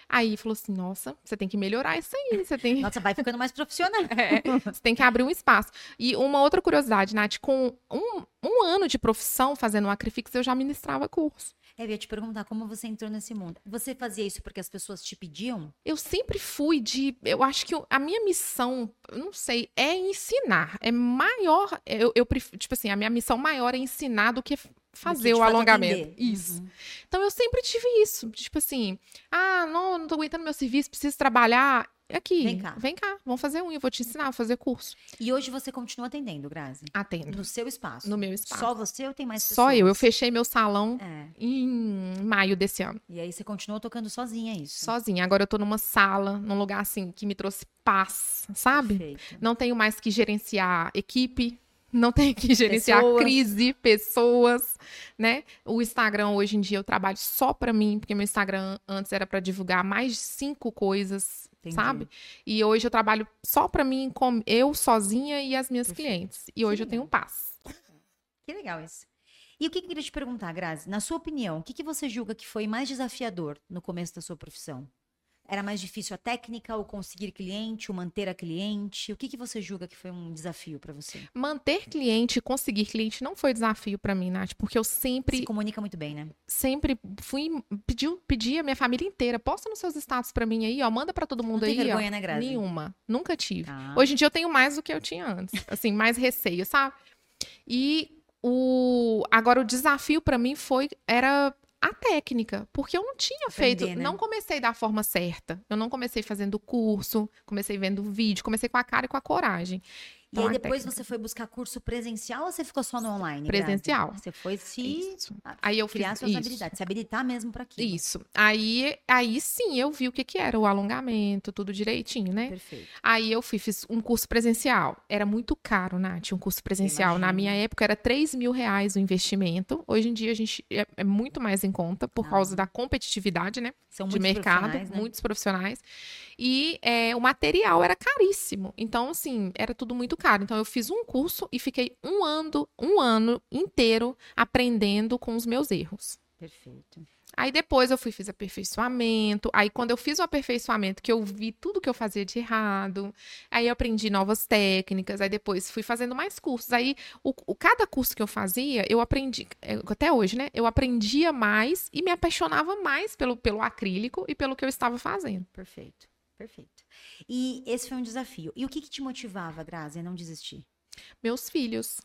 Speaker 2: Aí falou assim: nossa, você tem que melhorar isso aí, você tem.
Speaker 1: Ah. Nossa, vai ficando mais profissional.
Speaker 2: É, você tem que abrir um espaço. E uma outra curiosidade, Nath, com um, um ano de profissão fazendo o Acrifix, eu já ministrava curso.
Speaker 1: É, Eu ia te perguntar como você entrou nesse mundo. Você fazia isso porque as pessoas te pediam?
Speaker 2: Eu sempre fui de. Eu acho que eu- a minha missão, eu não sei, é ensinar. É maior. Eu, eu pref- tipo assim, a minha missão maior é ensinar do que f- fazer
Speaker 1: de
Speaker 2: o
Speaker 1: fato
Speaker 2: alongamento.
Speaker 1: atender.
Speaker 2: Isso.
Speaker 1: Uhum.
Speaker 2: Então eu sempre tive isso. Tipo assim, ah, não, não tô aguentando meu serviço, preciso trabalhar. Aqui,
Speaker 1: Vem cá.
Speaker 2: vem cá, vamos fazer um, eu vou te ensinar, vou fazer curso.
Speaker 1: E hoje você continua atendendo, Grazi?
Speaker 2: Atendo.
Speaker 1: No seu espaço?
Speaker 2: Uhum. No meu espaço.
Speaker 1: Só você ou tem mais pessoas?
Speaker 2: Só eu, eu fechei meu salão
Speaker 1: É.
Speaker 2: em maio desse ano,
Speaker 1: E aí você continuou tocando sozinha é isso?
Speaker 2: sozinha. Agora eu tô numa sala, num lugar assim que me trouxe paz, sabe?
Speaker 1: Perfeito.
Speaker 2: Não tenho mais que gerenciar equipe, não tenho que gerenciar
Speaker 1: Pessoas.
Speaker 2: crise, pessoas, né? O Instagram hoje em dia eu trabalho só pra mim, porque meu Instagram antes era pra divulgar mais de cinco coisas,
Speaker 1: Entendi.
Speaker 2: sabe? E hoje eu trabalho só pra mim, com eu sozinha e as minhas clientes. E hoje eu
Speaker 1: legal.
Speaker 2: tenho paz.
Speaker 1: Que legal isso. E o que que eu queria te perguntar, Grazi? Na sua opinião, o que, que você julga que foi mais desafiador no começo da sua profissão? Era mais difícil a técnica, o conseguir cliente, o manter a cliente? O que, que você julga que foi um desafio pra você?
Speaker 2: Manter cliente, e conseguir cliente não foi desafio pra mim, Nath, porque eu
Speaker 1: Se
Speaker 2: sempre,
Speaker 1: comunica muito bem, né?
Speaker 2: sempre fui, pedi, pedi a minha família inteira, posta nos seus status pra mim aí, ó, manda pra todo
Speaker 1: Não
Speaker 2: mundo
Speaker 1: tem
Speaker 2: aí, ó.
Speaker 1: vergonha, né, Grazi?
Speaker 2: Nenhuma, nunca tive.
Speaker 1: Tá.
Speaker 2: Hoje em dia eu tenho mais do que eu tinha antes, assim, mais receio, sabe? E o agora o desafio pra mim foi era a técnica, porque eu não tinha feito,
Speaker 1: Aprender, né?
Speaker 2: não comecei da forma certa. Eu não comecei fazendo curso, comecei vendo vídeo, comecei com a cara e com a coragem.
Speaker 1: E aí
Speaker 2: Então, a
Speaker 1: depois você
Speaker 2: técnica.
Speaker 1: foi buscar curso presencial ou você ficou só no online? Grazi?
Speaker 2: Presencial.
Speaker 1: Você foi se
Speaker 2: Isso. Aí eu
Speaker 1: Ah, criar
Speaker 2: fiz
Speaker 1: suas
Speaker 2: isso.
Speaker 1: habilidades, se habilitar mesmo pra aquilo.
Speaker 2: Isso. Aí, aí sim eu vi o que que era o alongamento, tudo direitinho, né?
Speaker 1: Perfeito.
Speaker 2: Aí eu fui, fiz um curso presencial. Era muito caro, Nath, um curso presencial. Na
Speaker 1: Imagino.
Speaker 2: minha época era 3 mil reais o investimento. Hoje em dia a gente é, é muito mais em conta por
Speaker 1: Ah.
Speaker 2: causa da competitividade, né?
Speaker 1: São
Speaker 2: de
Speaker 1: muitos
Speaker 2: mercado,
Speaker 1: profissionais, né?
Speaker 2: muitos profissionais. E é, o material era caríssimo. Então, assim, era tudo muito caro. Então, eu fiz um curso e fiquei um ano, um ano inteiro aprendendo com os meus erros.
Speaker 1: Perfeito.
Speaker 2: Aí depois eu fui fiz aperfeiçoamento. Aí quando eu fiz o aperfeiçoamento, que eu vi tudo que eu fazia de errado, aí eu aprendi novas técnicas, aí depois fui fazendo mais cursos. Aí o, o- cada curso que eu fazia, eu aprendi, é, até hoje, né? Eu aprendia mais e me apaixonava mais pelo, pelo acrílico e pelo que eu estava fazendo.
Speaker 1: Perfeito, perfeito. E esse foi um desafio. E o que, que te motivava, Grazi, a não desistir?
Speaker 2: Meus filhos.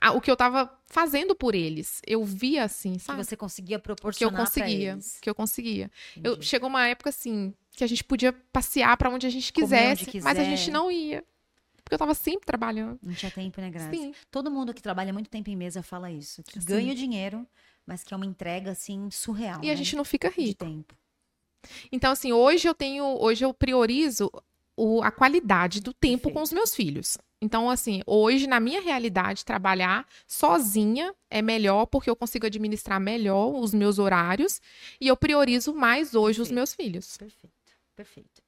Speaker 2: Ah, o que eu estava fazendo por eles. Eu via assim,
Speaker 1: Que
Speaker 2: sabe?
Speaker 1: você conseguia
Speaker 2: Que eu
Speaker 1: proporcionar pra
Speaker 2: conseguia.
Speaker 1: eles.
Speaker 2: Que eu conseguia. Eu,
Speaker 1: Entendi.
Speaker 2: chegou uma época assim que a gente podia passear pra onde a gente
Speaker 1: Comer onde
Speaker 2: quisesse, mas a
Speaker 1: quiser.
Speaker 2: gente não ia. Porque eu tava sempre trabalhando.
Speaker 1: Não tinha tempo, né, Grazi?
Speaker 2: Sim.
Speaker 1: Todo mundo que trabalha muito tempo em mesa fala isso. Que
Speaker 2: Sim.
Speaker 1: ganha dinheiro, mas que é uma entrega, assim, surreal,
Speaker 2: E a
Speaker 1: né?
Speaker 2: gente não fica
Speaker 1: De
Speaker 2: rico.
Speaker 1: tempo.
Speaker 2: Então, assim, hoje eu tenho. Hoje eu priorizo o- a qualidade do tempo
Speaker 1: Perfeito.
Speaker 2: com os meus filhos. Então, assim, hoje, na minha realidade, trabalhar sozinha é melhor, porque eu consigo administrar melhor os meus horários e eu priorizo mais hoje os
Speaker 1: Perfeito.
Speaker 2: meus filhos.
Speaker 1: Perfeito, perfeito.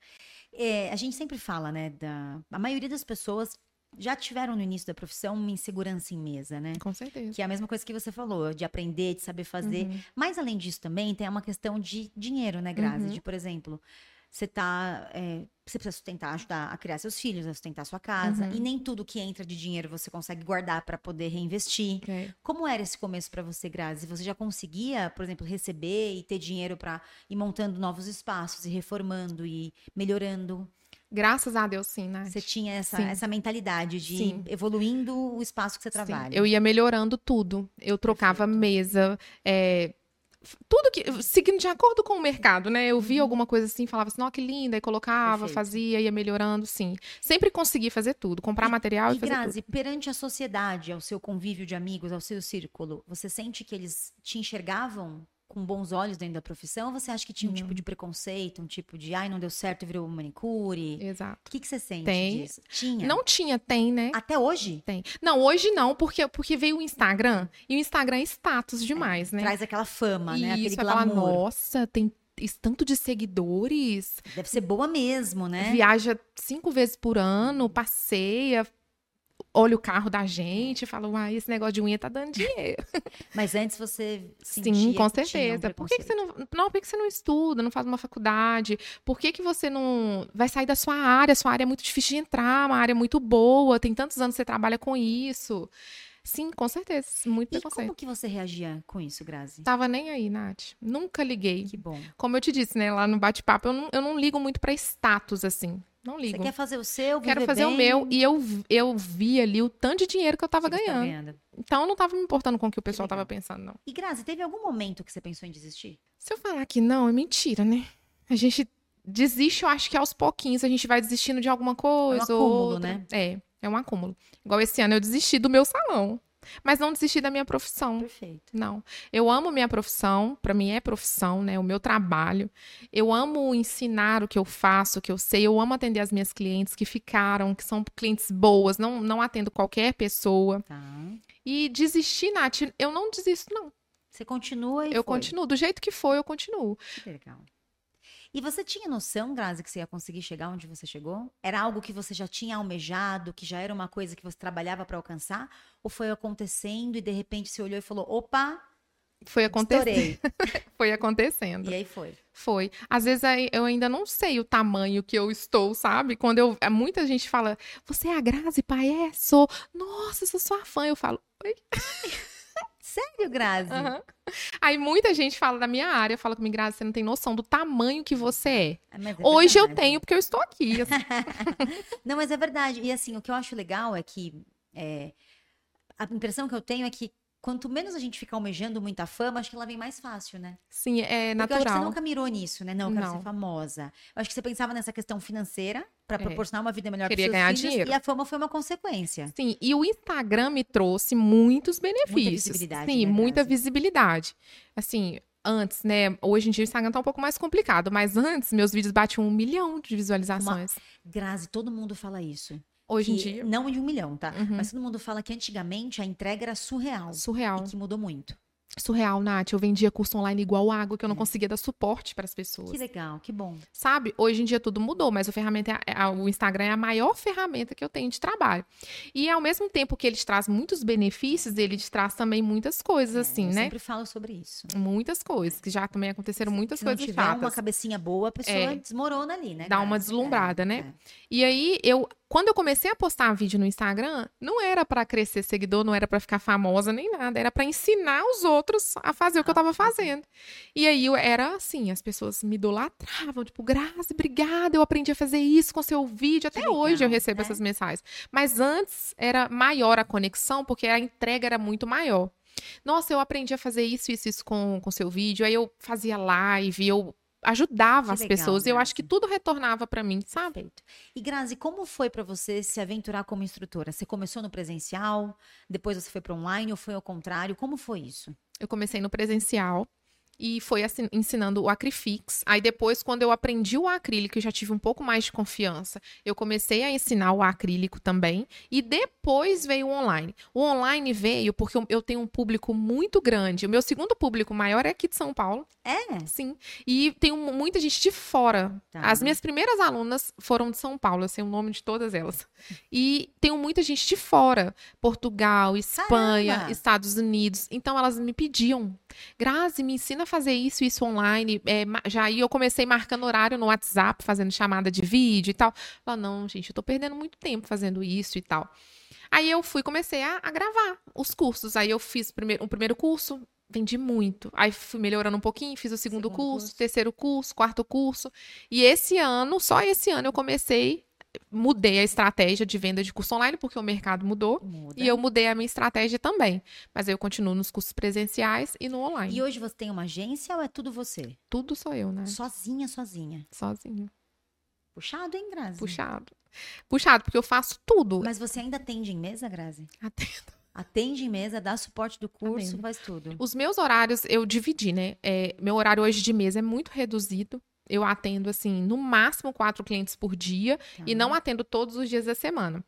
Speaker 1: É, a gente sempre fala, né, da... A maioria das pessoas já tiveram no início da profissão uma insegurança em mesa, né?
Speaker 2: Com certeza.
Speaker 1: Que é a mesma coisa que você falou, de aprender, de saber fazer.
Speaker 2: Uhum.
Speaker 1: Mas além disso também tem uma questão de dinheiro, né, Grazi?
Speaker 2: Uhum.
Speaker 1: De, por exemplo, você tá. é, você precisa sustentar, ajudar a criar seus filhos, a sustentar sua casa.
Speaker 2: Uhum.
Speaker 1: E nem tudo que entra de dinheiro você consegue guardar para poder reinvestir.
Speaker 2: É.
Speaker 1: Como era esse começo para você, Grazi? Você já conseguia, por exemplo, receber e ter dinheiro para ir montando novos espaços e reformando e melhorando?
Speaker 2: Graças a Deus, sim, Nath.
Speaker 1: Você tinha essa,
Speaker 2: Sim.
Speaker 1: essa mentalidade de
Speaker 2: Sim.
Speaker 1: evoluindo o espaço que você
Speaker 2: Sim,
Speaker 1: trabalha.
Speaker 2: eu ia melhorando tudo. Eu trocava mesa, é, f- tudo que. Seguindo de acordo com o mercado, né? Eu via alguma coisa assim, falava assim, ó, que linda, e colocava,
Speaker 1: Uhum. Perfeito.
Speaker 2: fazia, ia melhorando, sim. Sempre consegui fazer tudo, comprar material e,
Speaker 1: E
Speaker 2: fazer
Speaker 1: Grazi, perante a sociedade, ao seu convívio de amigos, ao seu círculo, você sente que eles te enxergavam com bons olhos dentro da profissão? Ou você acha que tinha um tipo de preconceito, um tipo de, ai, não deu certo, e virou manicure?
Speaker 2: tudo. Exato.
Speaker 1: O que, que você sente
Speaker 2: Tem.
Speaker 1: disso? Tinha.
Speaker 2: Não tinha, tem, né?
Speaker 1: Até hoje?
Speaker 2: Tem. Não, hoje não, porque, porque veio o Instagram. E o Instagram é status demais, né?
Speaker 1: Traz aquela fama,
Speaker 2: e
Speaker 1: né? Aquele
Speaker 2: isso, vai falar,
Speaker 1: glamour.
Speaker 2: nossa, tem esse tanto de seguidores.
Speaker 1: Deve ser boa mesmo, né?
Speaker 2: viaja cinco vezes por ano, passeia, olha o carro da gente, fala, uai, esse negócio de unha tá dando dinheiro.
Speaker 1: Mas antes você sentia
Speaker 2: Sim, com
Speaker 1: que tinha um
Speaker 2: certeza. por que, que você
Speaker 1: preconceito?
Speaker 2: não, não, por que, que você não estuda, não faz uma faculdade? Por que, que você não vai sair da sua área? Sua área é muito difícil de entrar, uma área muito boa, tem tantos anos que você trabalha com isso. Sim, com certeza, muito
Speaker 1: E como
Speaker 2: preconceito.
Speaker 1: que você reagia com isso, Grazi?
Speaker 2: Tava nem aí, Nath. Nunca liguei.
Speaker 1: Que bom.
Speaker 2: Como eu te disse, né, lá no bate-papo, eu não, eu não ligo muito pra status, assim. Não
Speaker 1: Você
Speaker 2: ligo.
Speaker 1: quer fazer o seu,
Speaker 2: Quero
Speaker 1: viver
Speaker 2: fazer o
Speaker 1: bem,
Speaker 2: meu. E eu, eu vi ali o tanto de dinheiro que eu tava
Speaker 1: que você tá
Speaker 2: ganhando. Então eu não tava me importando com o que o pessoal
Speaker 1: legal.
Speaker 2: tava pensando, não.
Speaker 1: E Grazi, teve algum momento que você pensou em desistir?
Speaker 2: Se eu falar que não, é mentira, né? A gente desiste, eu acho que aos pouquinhos a gente vai desistindo de alguma
Speaker 1: É
Speaker 2: coisa.
Speaker 1: um acúmulo,
Speaker 2: outra.
Speaker 1: né?
Speaker 2: É, é um acúmulo. Igual esse ano eu desisti do meu salão. Mas não desisti da minha profissão.
Speaker 1: Perfeito.
Speaker 2: Não. Eu amo minha profissão, pra mim é profissão, né? O meu trabalho. Eu amo ensinar o que eu faço, o que eu sei. Eu amo atender as minhas clientes que ficaram, que são clientes boas, não, não atendo qualquer pessoa.
Speaker 1: Tá.
Speaker 2: E desistir, Nath, eu não desisto, não.
Speaker 1: Você continua e
Speaker 2: eu
Speaker 1: foi.
Speaker 2: continuo. Do jeito que foi, eu continuo.
Speaker 1: Que legal. E você tinha noção, Grazi, que você ia conseguir chegar onde você chegou? Era algo que você já tinha almejado, que já era uma coisa que você trabalhava para alcançar? Ou foi acontecendo e de repente você olhou e falou: opa,
Speaker 2: Foi acontecendo.
Speaker 1: Estourei.
Speaker 2: Foi acontecendo.
Speaker 1: E aí foi.
Speaker 2: Foi. Às vezes aí eu ainda não sei o tamanho que eu estou, sabe? Quando eu. é, Muita gente fala, você é a Grazi, pai? É, sou. Nossa, sou sua fã. Eu falo, oi.
Speaker 1: Sério, Grazi?
Speaker 2: Aham. Uhum. Aí muita gente fala da minha área, fala comigo, Grazi, você não tem noção do tamanho que você é.
Speaker 1: Ah, mas é
Speaker 2: Hoje eu
Speaker 1: verdade.
Speaker 2: tenho, porque eu estou aqui. assim.
Speaker 1: Não, mas é verdade. E assim, o que eu acho legal é que é, a impressão que eu tenho é que quanto menos a gente fica almejando muita fama, acho que ela vem mais fácil, né?
Speaker 2: Sim, é
Speaker 1: Porque eu acho que você
Speaker 2: natural.
Speaker 1: nunca mirou nisso, né? Não, eu quero
Speaker 2: Não.
Speaker 1: ser famosa. Eu acho que você pensava nessa questão financeira pra
Speaker 2: É.
Speaker 1: proporcionar uma vida melhor para
Speaker 2: Queria
Speaker 1: seus
Speaker 2: ganhar
Speaker 1: filhos
Speaker 2: dinheiro.
Speaker 1: e a fama foi uma consequência.
Speaker 2: Sim, e o Instagram me trouxe muitos benefícios.
Speaker 1: visibilidade,
Speaker 2: Sim,
Speaker 1: né,
Speaker 2: muita
Speaker 1: Grazi?
Speaker 2: visibilidade. Assim, antes, né? Hoje em dia o Instagram tá um pouco mais complicado, mas antes meus vídeos batiam um milhão de visualizações.
Speaker 1: Grazi, todo mundo fala isso.
Speaker 2: Hoje em
Speaker 1: Que-
Speaker 2: dia,
Speaker 1: Não de um milhão, tá?
Speaker 2: Uhum.
Speaker 1: Mas todo mundo fala que antigamente a entrega era surreal
Speaker 2: surreal.
Speaker 1: e que mudou muito.
Speaker 2: Surreal, Nath. Eu vendia curso online igual água, que eu não
Speaker 1: É.
Speaker 2: conseguia dar suporte para as pessoas.
Speaker 1: Que legal, que bom.
Speaker 2: Sabe? Hoje em dia tudo mudou, mas a ferramenta é a- a- o Instagram é a maior ferramenta que eu tenho de trabalho. E ao mesmo tempo que ele te traz muitos benefícios, ele te traz também muitas coisas,
Speaker 1: É,
Speaker 2: assim,
Speaker 1: eu
Speaker 2: né?
Speaker 1: sempre falo sobre isso.
Speaker 2: Muitas coisas, que já também aconteceram muitas
Speaker 1: Se não
Speaker 2: coisas
Speaker 1: tiver
Speaker 2: chatas.
Speaker 1: uma cabecinha boa, a pessoa
Speaker 2: É.
Speaker 1: desmorona ali, né?
Speaker 2: Dá uma
Speaker 1: Grazi?
Speaker 2: deslumbrada,
Speaker 1: É,
Speaker 2: né? E aí, eu, quando eu comecei a postar vídeo no Instagram, não era pra crescer seguidor, não era pra ficar famosa nem nada, era pra ensinar os outros a fazer o
Speaker 1: Ah,
Speaker 2: que eu
Speaker 1: tá
Speaker 2: tava fazendo. E aí eu era assim, as pessoas me idolatravam, tipo, Grazi, obrigada, eu aprendi a fazer isso com seu vídeo. Até
Speaker 1: Que legal,
Speaker 2: hoje eu recebo
Speaker 1: né?
Speaker 2: essas mensagens. Mas antes era maior a conexão, porque a entrega era muito maior. Nossa, eu aprendi a fazer isso, isso, isso com, com seu vídeo. Aí eu fazia live, eu ajudava
Speaker 1: Que
Speaker 2: as
Speaker 1: legal, né?
Speaker 2: pessoas. e Eu acho que
Speaker 1: Grazi.
Speaker 2: tudo retornava pra mim, sabe?
Speaker 1: Perfeito. Tá E Grazi, como foi pra você se aventurar como instrutora? Você começou no presencial, depois você foi para online ou foi ao contrário? Como foi isso?
Speaker 2: Eu comecei no presencial e foi assim, ensinando o Acrifix. Aí depois, quando eu aprendi o acrílico e já tive um pouco mais de confiança, eu comecei a ensinar o acrílico também. E depois veio o online. O online veio porque eu- eu tenho um público muito grande. O meu segundo público maior é aqui de São Paulo,
Speaker 1: É,
Speaker 2: sim. E tem um- muita gente de fora.
Speaker 1: Tá.
Speaker 2: As minhas primeiras alunas foram de São Paulo, eu sei o nome de todas elas. E tenho muita gente de fora. Portugal, Espanha,
Speaker 1: Caramba!
Speaker 2: Estados Unidos. Então elas me pediam, Grazi, me ensina a fazer isso, isso online. É, ma- já aí eu comecei marcando horário no WhatsApp, fazendo chamada de vídeo e tal. Ela, não, gente, eu tô perdendo muito tempo fazendo isso e tal. Aí eu fui, comecei a, a gravar os cursos. Aí eu fiz primeiro, o primeiro curso, vendi muito. Aí fui melhorando um pouquinho, fiz o segundo,
Speaker 1: Segundo
Speaker 2: curso,
Speaker 1: curso.
Speaker 2: terceiro curso, quarto curso. E esse ano, só esse ano, eu comecei, mudei a estratégia de venda de curso online, porque o mercado mudou.
Speaker 1: muda.
Speaker 2: E eu mudei a minha estratégia também. Mas aí eu continuo nos cursos presenciais e no online.
Speaker 1: E hoje você tem uma agência ou é tudo você?
Speaker 2: Tudo sou eu, né?
Speaker 1: Sozinha, sozinha.
Speaker 2: Sozinho.
Speaker 1: Puxado, hein, Grazi?
Speaker 2: Puxado. Puxado, porque eu faço tudo.
Speaker 1: Mas você ainda atende em mesa, Grazi?
Speaker 2: Até
Speaker 1: Atende em mesa, dá suporte do curso,
Speaker 2: Atendo.
Speaker 1: faz tudo.
Speaker 2: Os meus horários eu dividi, né? É, meu horário hoje de mesa é muito reduzido. Eu atendo, assim, no máximo quatro clientes por dia
Speaker 1: Tá.
Speaker 2: e
Speaker 1: Uhum.
Speaker 2: não é atendo todos os dias da semana.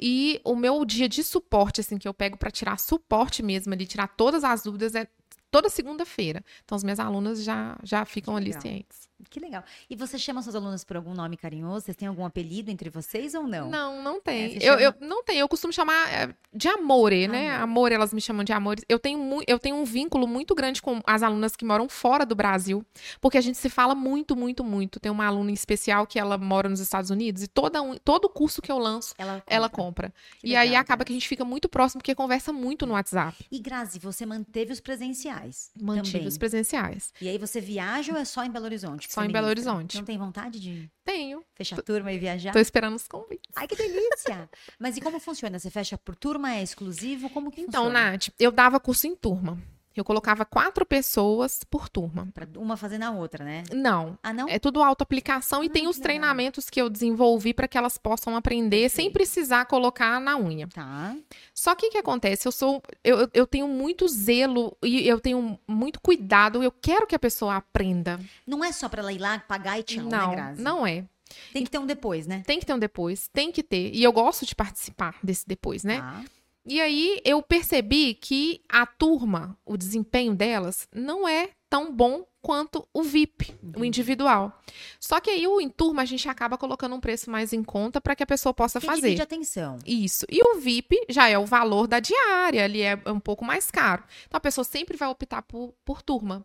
Speaker 2: E o meu dia de suporte, assim, que eu pego pra tirar suporte mesmo ali, tirar todas as dúvidas, é toda segunda-feira. Então, as minhas alunas já, já ficam ali
Speaker 1: legal.
Speaker 2: cientes.
Speaker 1: Que legal. E você chama seus alunos por algum nome carinhoso? Vocês têm algum apelido entre vocês ou não?
Speaker 2: Não, não tem.
Speaker 1: É, você
Speaker 2: eu,
Speaker 1: chama-
Speaker 2: eu- não tenho. Eu costumo chamar é, de amore, né?
Speaker 1: Amore.
Speaker 2: Amor, elas me chamam de amores. Eu tenho, mui- eu tenho um vínculo muito grande com as alunas que moram fora do Brasil, porque a gente se fala muito, muito, muito. Tem uma aluna em especial que ela mora nos Estados Unidos e toda um- todo curso que eu lanço,
Speaker 1: Ela
Speaker 2: ela
Speaker 1: compra.
Speaker 2: compra.
Speaker 1: Que
Speaker 2: e aí
Speaker 1: legal,
Speaker 2: acaba que a gente fica muito próximo porque conversa muito no WhatsApp.
Speaker 1: E Grazi, você manteve os presenciais
Speaker 2: Mantive
Speaker 1: também.
Speaker 2: os presenciais.
Speaker 1: E aí você viaja ou é só em Belo Horizonte? que
Speaker 2: Só
Speaker 1: você
Speaker 2: em Belo
Speaker 1: ministra?
Speaker 2: Horizonte.
Speaker 1: Não tem vontade de
Speaker 2: Tenho.
Speaker 1: fechar turma e viajar?
Speaker 2: Tô esperando os convites.
Speaker 1: Ai, que delícia! Mas e como funciona? Você fecha por turma? É exclusivo? Como que
Speaker 2: Então,
Speaker 1: funciona?
Speaker 2: Nath, eu dava curso em turma. Eu colocava quatro pessoas por turma.
Speaker 1: Pra uma fazendo a outra, né?
Speaker 2: Não,
Speaker 1: Ah, não?
Speaker 2: É tudo autoaplicação e
Speaker 1: Ah,
Speaker 2: tem
Speaker 1: que
Speaker 2: os
Speaker 1: legal.
Speaker 2: treinamentos que eu desenvolvi para que elas possam aprender sem
Speaker 1: Perfeito.
Speaker 2: precisar colocar na unha.
Speaker 1: Tá.
Speaker 2: Só que o que acontece? Eu sou, eu, eu- eu tenho muito zelo e eu tenho muito cuidado. Eu quero que a pessoa aprenda.
Speaker 1: Não é só pra ela ir lá, pagar e tchau,
Speaker 2: não,
Speaker 1: né, Grazi?
Speaker 2: não é.
Speaker 1: Tem que ter um depois, né?
Speaker 2: Tem que ter um depois, tem que ter. E eu gosto de participar desse depois, né?
Speaker 1: Tá.
Speaker 2: E aí eu percebi que a turma, o desempenho delas, não é tão bom quanto o VIP, o individual. Só que aí o em turma a gente acaba colocando um preço mais em conta para que a pessoa possa
Speaker 1: Quem
Speaker 2: fazer.
Speaker 1: divide atenção.
Speaker 2: Isso. E o VIP já é o valor da diária, ele é um pouco mais caro. Então a pessoa sempre vai optar por, por turma.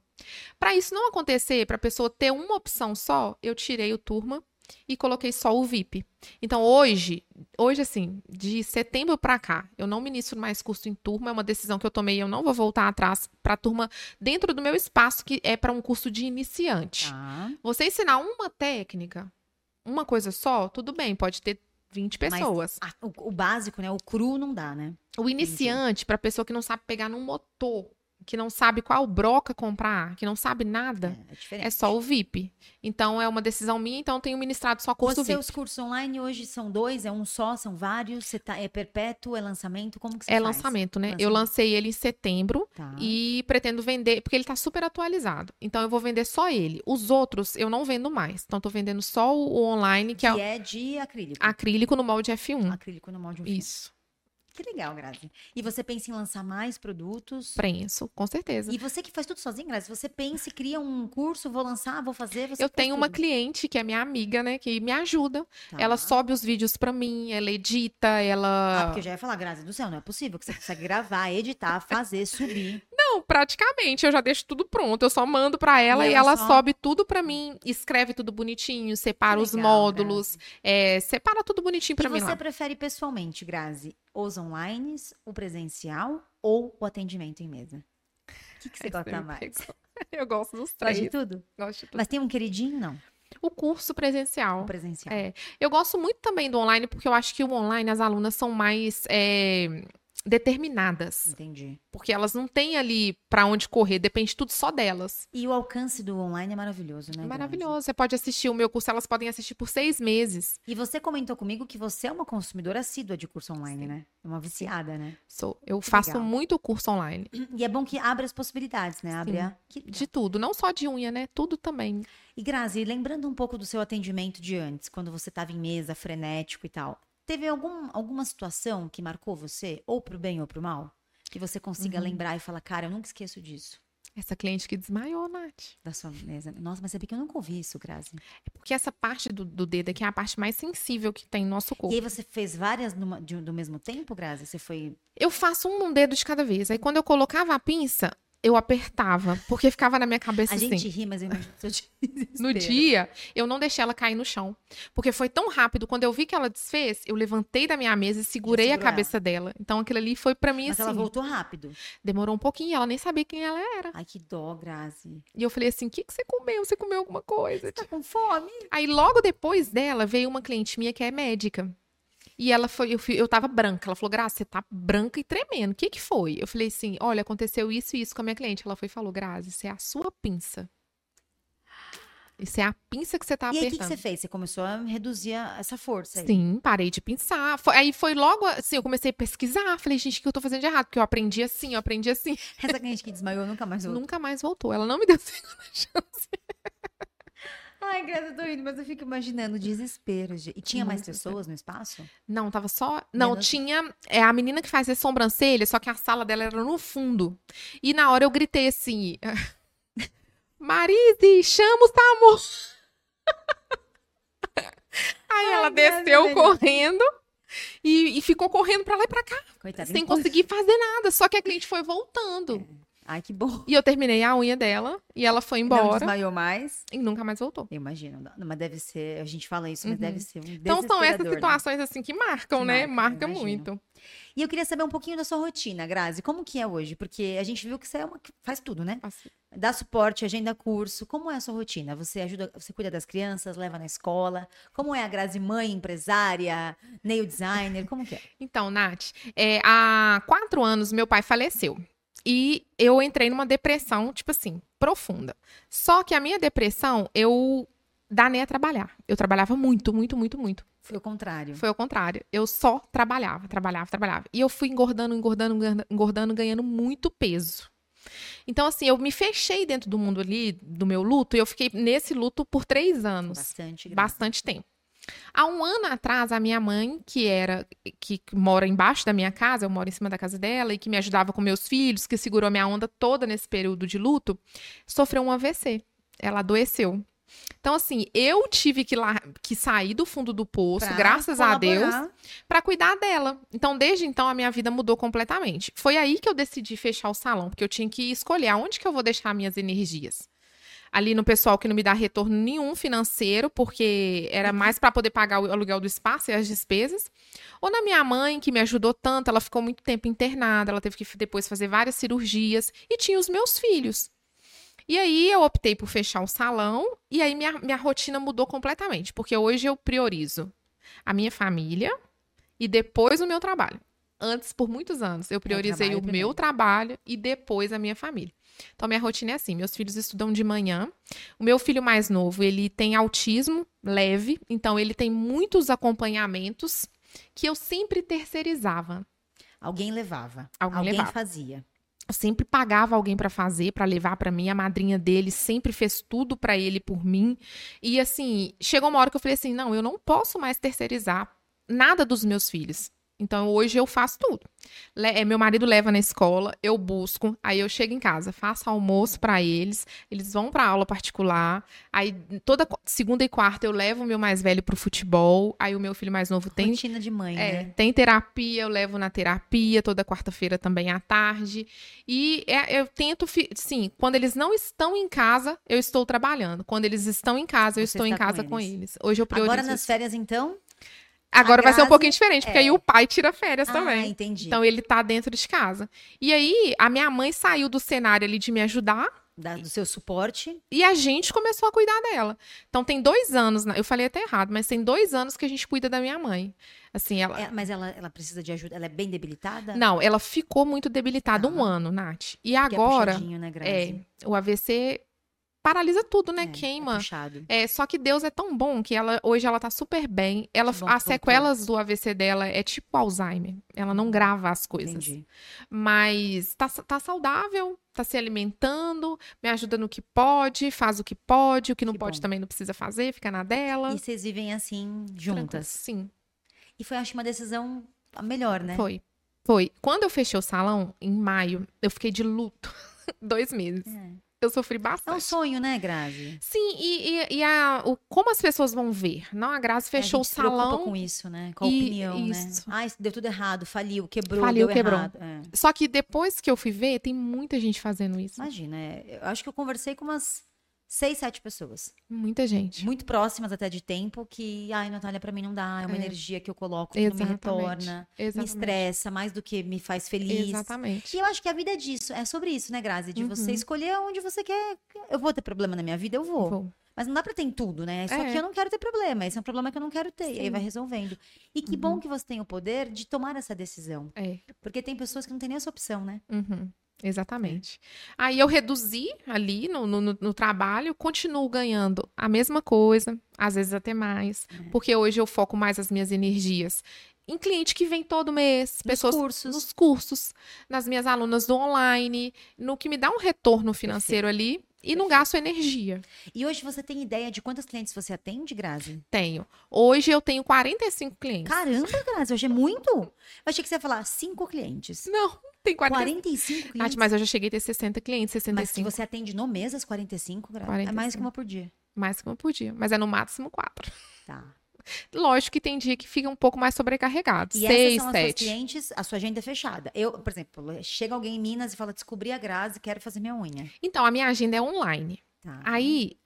Speaker 2: Para isso não acontecer, para a pessoa ter uma opção só, eu tirei o turma e coloquei só o VIP. Então hoje, hoje assim, de setembro para cá, eu não ministro mais curso em turma, é uma decisão que eu tomei, eu não vou voltar atrás para turma dentro do meu espaço que é para um curso de iniciante.
Speaker 1: Tá.
Speaker 2: Você ensinar uma técnica, uma coisa só, tudo bem, pode ter 20
Speaker 1: Mas
Speaker 2: pessoas.
Speaker 1: Ah, o, o básico, né? O cru não dá, né?
Speaker 2: O iniciante, para pessoa que não sabe pegar num motor, que não sabe qual broca comprar, que não sabe nada,
Speaker 1: É, é diferente.
Speaker 2: é só o VIP. Então é uma decisão minha, então eu tenho ministrado só
Speaker 1: Os
Speaker 2: curso VIP.
Speaker 1: seus cursos online hoje são dois? É um só? São vários? Você tá- é perpétuo? É lançamento? Como que você
Speaker 2: É
Speaker 1: faz?
Speaker 2: lançamento, né? Eu
Speaker 1: Lançamento.
Speaker 2: lancei ele em setembro
Speaker 1: Tá.
Speaker 2: e pretendo vender, porque ele tá super atualizado. Então eu vou vender só ele. Os outros eu não vendo mais. Então eu tô vendendo só o o online, que
Speaker 1: Que
Speaker 2: é
Speaker 1: é de acrílico.
Speaker 2: acrílico no molde F1.
Speaker 1: Acrílico no molde um filme.
Speaker 2: Isso.
Speaker 1: Que legal, Grazi. E você pensa em lançar mais produtos?
Speaker 2: Prenso, com certeza.
Speaker 1: E você que faz tudo sozinha, Grazi, você pensa e cria um curso, vou lançar, vou fazer, você
Speaker 2: Eu
Speaker 1: que faz
Speaker 2: tenho uma
Speaker 1: tudo.
Speaker 2: cliente que é minha amiga, né, que me ajuda.
Speaker 1: Tá.
Speaker 2: Ela sobe os vídeos pra mim, ela edita,
Speaker 1: Ah,
Speaker 2: ela.
Speaker 1: porque eu já ia falar, Grazi do céu, não é possível que você consegue gravar, editar, fazer, subir.
Speaker 2: Não, praticamente, eu já deixo tudo pronto. Eu só mando pra ela
Speaker 1: E
Speaker 2: e,
Speaker 1: ela
Speaker 2: ela,
Speaker 1: só-
Speaker 2: sobe tudo pra mim, escreve tudo bonitinho, separa os
Speaker 1: legal,
Speaker 2: módulos, é, separa tudo bonitinho pra
Speaker 1: e
Speaker 2: mim
Speaker 1: você
Speaker 2: lá.
Speaker 1: prefere pessoalmente, Grazi, os online, o presencial ou o atendimento em mesa? O que, que você
Speaker 2: Aí
Speaker 1: gosta
Speaker 2: me
Speaker 1: mais?
Speaker 2: pegou. Eu gosto dos
Speaker 1: Gosta de
Speaker 2: três.
Speaker 1: tudo?
Speaker 2: Gosto de tudo.
Speaker 1: Mas tem um queridinho, não?
Speaker 2: O curso
Speaker 1: O
Speaker 2: presencial.
Speaker 1: presencial.
Speaker 2: É. Eu gosto muito também do online, porque eu acho que o online as alunas são mais é, determinadas.
Speaker 1: Entendi.
Speaker 2: porque elas não têm ali pra onde correr, depende tudo só delas.
Speaker 1: E o alcance do online é maravilhoso, né?
Speaker 2: É
Speaker 1: Grazi?
Speaker 2: maravilhoso. Você pode assistir o meu curso, elas podem assistir por seis meses.
Speaker 1: E você comentou comigo que você é uma consumidora assídua de curso online,
Speaker 2: Sim.
Speaker 1: né? É uma viciada, né?
Speaker 2: Sou- eu
Speaker 1: Que
Speaker 2: faço
Speaker 1: legal.
Speaker 2: muito curso online.
Speaker 1: E é bom que abre as possibilidades, né? Abre
Speaker 2: Sim.
Speaker 1: a... que legal.
Speaker 2: De tudo, não só de unha, né? Tudo também.
Speaker 1: E Grazi, lembrando um pouco do seu atendimento de antes, quando você estava em mesa, frenético e tal. Teve algum, alguma situação que marcou você, ou pro bem ou pro mal? Que você consiga
Speaker 2: Uhum.
Speaker 1: lembrar e falar, cara, eu nunca esqueço disso,
Speaker 2: Essa cliente que desmaiou, Nath.
Speaker 1: da sua mesa. Nossa, mas sabia que eu nunca ouvi isso, Grazi.
Speaker 2: É porque essa parte do, do dedo aqui é a parte mais sensível que tem no nosso
Speaker 1: E
Speaker 2: corpo.
Speaker 1: aí você fez várias numa- de- do mesmo tempo, Grazi? Você foi...
Speaker 2: Eu faço um dedo de cada vez. Aí quando eu colocava a pinça, eu apertava, porque ficava na minha cabeça
Speaker 1: A
Speaker 2: assim.
Speaker 1: gente ri, mas eu imagino que eu te
Speaker 2: No dia, eu não deixei ela cair no chão. Porque foi tão rápido. Quando eu vi que ela desfez, eu levantei da minha mesa e segurei a
Speaker 1: segurou
Speaker 2: cabeça dela. Então aquilo ali foi pra mim
Speaker 1: Mas
Speaker 2: assim.
Speaker 1: ela voltou rápido.
Speaker 2: Demorou um pouquinho, ela nem sabia quem ela era.
Speaker 1: Ai, que dó, Grazi.
Speaker 2: E eu falei assim: o que, que você comeu? Você comeu alguma coisa?
Speaker 1: Tá com fome?
Speaker 2: Aí logo depois dela veio uma cliente minha que é médica. E ela foi, eu, fui- eu tava branca. Ela falou, Grazi, você tá branca e tremendo. O que que foi? Eu falei assim, olha, aconteceu isso e isso com a minha cliente. Ela foi e falou, Grazi, isso é a sua pinça. Isso é a pinça que você tá
Speaker 1: e aí, o
Speaker 2: apertando.
Speaker 1: que, que você fez? Você começou a reduzir a- essa força aí.
Speaker 2: Sim, parei de pensar. Foi- aí foi logo assim, eu comecei a pesquisar. Falei, gente, o que eu tô fazendo de errado? Porque eu aprendi assim, eu aprendi assim.
Speaker 1: Essa cliente que desmaiou nunca mais voltou.
Speaker 2: Nunca mais voltou. Ela não me deu segunda chance.
Speaker 1: Ai, Grazi, eu tô rindo, mas eu fico imaginando o desespero. gente. E tinha mais
Speaker 2: Muito
Speaker 1: pessoas no espaço?
Speaker 2: Não, tava só. Não,
Speaker 1: Menos-
Speaker 2: tinha. É a menina que fazia sobrancelha, só que a sala dela era no fundo. E na hora eu gritei assim: Marise, chama o Samu! Aí ela
Speaker 1: Deus,
Speaker 2: desceu
Speaker 1: meu Deus.
Speaker 2: correndo e, e ficou correndo pra lá e pra cá,
Speaker 1: Coitada.
Speaker 2: sem
Speaker 1: nem con-
Speaker 2: conseguir fazer nada. Só que a cliente foi voltando.
Speaker 1: Ai, que bom.
Speaker 2: E eu terminei a unha dela e ela foi
Speaker 1: É. Não
Speaker 2: embora
Speaker 1: desmaiou mais.
Speaker 2: e nunca mais voltou.
Speaker 1: Eu imagino. não- Mas deve ser. A gente fala isso, mas
Speaker 2: Uhum.
Speaker 1: deve ser um
Speaker 2: Então são essas
Speaker 1: desesperador, né?
Speaker 2: situações assim que marcam,
Speaker 1: Que
Speaker 2: né?
Speaker 1: marcam,
Speaker 2: Marca
Speaker 1: imagino.
Speaker 2: muito.
Speaker 1: E eu queria saber um pouquinho da sua rotina, Grazi. Como que é hoje? Porque a gente viu que você é uma que faz tudo, né?
Speaker 2: Assim,
Speaker 1: Dá suporte, agenda curso. Como é a sua rotina? Você ajuda, você cuida das crianças, leva na escola. Como é a Grazi mãe, empresária, nail designer? Como que é?
Speaker 2: Então, Nath, é, há quatro anos meu pai faleceu. E eu entrei numa depressão, tipo assim, profunda. Só que a minha depressão, eu danei a trabalhar. Eu trabalhava muito, muito, muito, muito.
Speaker 1: Foi o contrário.
Speaker 2: Foi ao contrário. Eu só trabalhava, trabalhava, trabalhava. E eu fui engordando, engordando, engorda- engordando, ganhando muito peso. Então, assim, eu me fechei dentro do mundo ali, do meu luto, e eu fiquei nesse luto por três anos
Speaker 1: Bastante. Grazi.
Speaker 2: bastante tempo. Há um ano atrás, a minha mãe, que era que mora embaixo da minha casa, eu moro em cima da casa dela e que me ajudava com meus filhos, que segurou a minha onda toda nesse período de luto, sofreu um AVC. Ela adoeceu. Então, assim, eu tive que, lar- que sair do fundo do poço,
Speaker 1: Pra
Speaker 2: graças a Deus,
Speaker 1: colaborar.
Speaker 2: para cuidar dela. Então, desde então, a minha vida mudou completamente. Foi aí que eu decidi fechar o salão, porque eu tinha que escolher aonde que eu vou deixar minhas energias. Ali no pessoal que não me dá retorno nenhum financeiro, porque era mais para poder pagar o aluguel do espaço e as despesas. Ou na minha mãe, que me ajudou tanto, ela ficou muito tempo internada, ela teve que f- depois fazer várias cirurgias. E tinha os meus filhos. E aí eu optei por fechar o salão, e aí minha, minha rotina mudou completamente, porque hoje eu priorizo a minha família, e depois o meu trabalho. Antes, por muitos anos, eu priorizei
Speaker 1: É, trabalho
Speaker 2: o meu
Speaker 1: primeiro.
Speaker 2: trabalho e depois a minha família. Então, minha rotina é assim: meus filhos estudam de manhã. O meu filho mais novo, ele tem autismo leve, então ele tem muitos acompanhamentos que eu sempre terceirizava.
Speaker 1: Alguém levava.
Speaker 2: Alguém
Speaker 1: Alguém
Speaker 2: levava.
Speaker 1: fazia.
Speaker 2: Eu sempre pagava alguém pra fazer, pra levar pra mim. A madrinha dele sempre fez tudo pra ele por mim. E assim, chegou uma hora que eu falei assim: não, eu não posso mais terceirizar nada dos meus filhos. Então hoje eu faço tudo. Le- eh, meu marido leva na escola, eu busco, aí eu chego em casa, faço almoço pra eles, eles vão pra aula particular. Aí toda qu- segunda e quarta eu levo o meu mais velho pro futebol, aí o meu filho mais novo tem
Speaker 1: Rotina de mãe,
Speaker 2: é,
Speaker 1: né?
Speaker 2: tem terapia, eu levo na terapia, toda quarta-feira também à tarde. E é- eu tento, fi- sim, quando eles não estão em casa, eu estou trabalhando. Quando eles estão em casa, eu
Speaker 1: Você
Speaker 2: estou em
Speaker 1: está com
Speaker 2: casa com eles.
Speaker 1: eles.
Speaker 2: Hoje eu priorizo.
Speaker 1: Agora
Speaker 2: isso.
Speaker 1: nas férias, então?
Speaker 2: Agora vai ser um
Speaker 1: Grazi-
Speaker 2: pouquinho diferente, porque
Speaker 1: é.
Speaker 2: aí o pai tira férias
Speaker 1: Ah,
Speaker 2: também.
Speaker 1: entendi.
Speaker 2: Então ele tá dentro de casa. E aí a minha mãe saiu do cenário ali de me ajudar
Speaker 1: Da- do seu suporte.
Speaker 2: e a gente começou a cuidar dela. Então tem dois anos, na- eu falei até errado, mas tem dois anos que a gente cuida da minha mãe. Assim, ela,
Speaker 1: É, mas ela, ela precisa de ajuda. Ela é bem debilitada?
Speaker 2: Não, ela ficou muito debilitada um
Speaker 1: Ah.
Speaker 2: ano, Nath. E
Speaker 1: Porque É
Speaker 2: agora,
Speaker 1: puxadinho, né, Grazi?
Speaker 2: é, o AVC paralisa tudo, né?
Speaker 1: É, é
Speaker 2: Queima.
Speaker 1: puxado.
Speaker 2: É, só que Deus é tão bom que ela hoje ela tá super bem. Ela,
Speaker 1: Que bom que
Speaker 2: as sequelas do AVC dela é tipo Alzheimer. Ela não grava as coisas.
Speaker 1: Entendi.
Speaker 2: Mas tá, tá saudável, tá se alimentando, me ajuda no que pode, faz o que pode, o que não
Speaker 1: Que
Speaker 2: pode
Speaker 1: bom.
Speaker 2: também não precisa fazer, fica na dela.
Speaker 1: E vocês vivem assim,
Speaker 2: Tranquilo.
Speaker 1: juntas.
Speaker 2: Sim.
Speaker 1: E foi, acho, uma decisão a melhor, né?
Speaker 2: Foi. Foi. Quando eu fechei o salão, em maio, eu fiquei de luto. Dois meses.
Speaker 1: É.
Speaker 2: Eu sofri
Speaker 1: É um
Speaker 2: bastante.
Speaker 1: sonho, né, Grazi?
Speaker 2: Sim, e, e- e a, o, como as pessoas vão ver? Não, a Grazi
Speaker 1: É,
Speaker 2: fechou
Speaker 1: a
Speaker 2: o
Speaker 1: gente se preocupa
Speaker 2: salão.
Speaker 1: com isso, né? Com a
Speaker 2: e-
Speaker 1: opinião,
Speaker 2: isso.
Speaker 1: né? Ai, deu tudo errado, faliu, quebrou,
Speaker 2: Faliu,
Speaker 1: deu
Speaker 2: quebrou.
Speaker 1: errado. É.
Speaker 2: Só que depois que eu fui ver, tem muita gente fazendo isso.
Speaker 1: Imagina, é, eu acho que eu conversei com umas seis, sete pessoas,
Speaker 2: Muita gente.
Speaker 1: muito próximas até de tempo, que, ai, Natália, pra mim não dá, é uma
Speaker 2: É.
Speaker 1: energia que eu coloco, que não me
Speaker 2: Exatamente.
Speaker 1: retorna, me
Speaker 2: Exatamente.
Speaker 1: estressa mais do que me faz feliz.
Speaker 2: Exatamente.
Speaker 1: E eu acho que a vida é disso, é sobre isso, né, Grazi? De você
Speaker 2: Uhum.
Speaker 1: escolher onde você quer. Eu vou ter problema na minha vida, eu vou.
Speaker 2: Vou.
Speaker 1: Mas não dá pra ter em tudo, né? Só
Speaker 2: É.
Speaker 1: que eu não quero ter problema. Esse é um problema que eu não quero ter. E aí
Speaker 2: Sim. Uhum.
Speaker 1: vai resolvendo. E que bom que você tem o poder de tomar essa decisão.
Speaker 2: É.
Speaker 1: Porque tem pessoas que não têm nem essa opção, né?
Speaker 2: Uhum, Exatamente. Aí eu reduzi ali no, no, no- no trabalho, continuo ganhando a mesma coisa, às vezes até mais, porque hoje eu foco mais as minhas energias em cliente que vem todo mês, pessoas
Speaker 1: cursos.
Speaker 2: nos cursos, nas minhas alunas do online, no que me dá um retorno financeiro ali e não gasto energia.
Speaker 1: E hoje você tem ideia de quantos clientes você atende, Grazi?
Speaker 2: Tenho. Hoje eu tenho 45 clientes.
Speaker 1: Caramba, Grazi, hoje é muito? Eu achei que você ia falar cinco clientes.
Speaker 2: Não, tem 40.
Speaker 1: 45 clientes.
Speaker 2: Nath, mas eu já cheguei a ter 60 clientes,
Speaker 1: Mas que
Speaker 2: 65,
Speaker 1: você atende no mês as 45, Grazi? É mais que
Speaker 2: 45.
Speaker 1: uma por dia.
Speaker 2: mais que eu podia, mas é no máximo 4.
Speaker 1: Tá.
Speaker 2: Lógico que tem dia que fica um pouco mais sobrecarregado.
Speaker 1: E essas
Speaker 2: seis,
Speaker 1: são as suas
Speaker 2: sete.
Speaker 1: clientes, a sua agenda é fechada. Eu, por exemplo, chega alguém em Minas e fala, descobri a Grazi, quero fazer minha unha.
Speaker 2: Então, a minha agenda é online.
Speaker 1: Tá.
Speaker 2: Aí,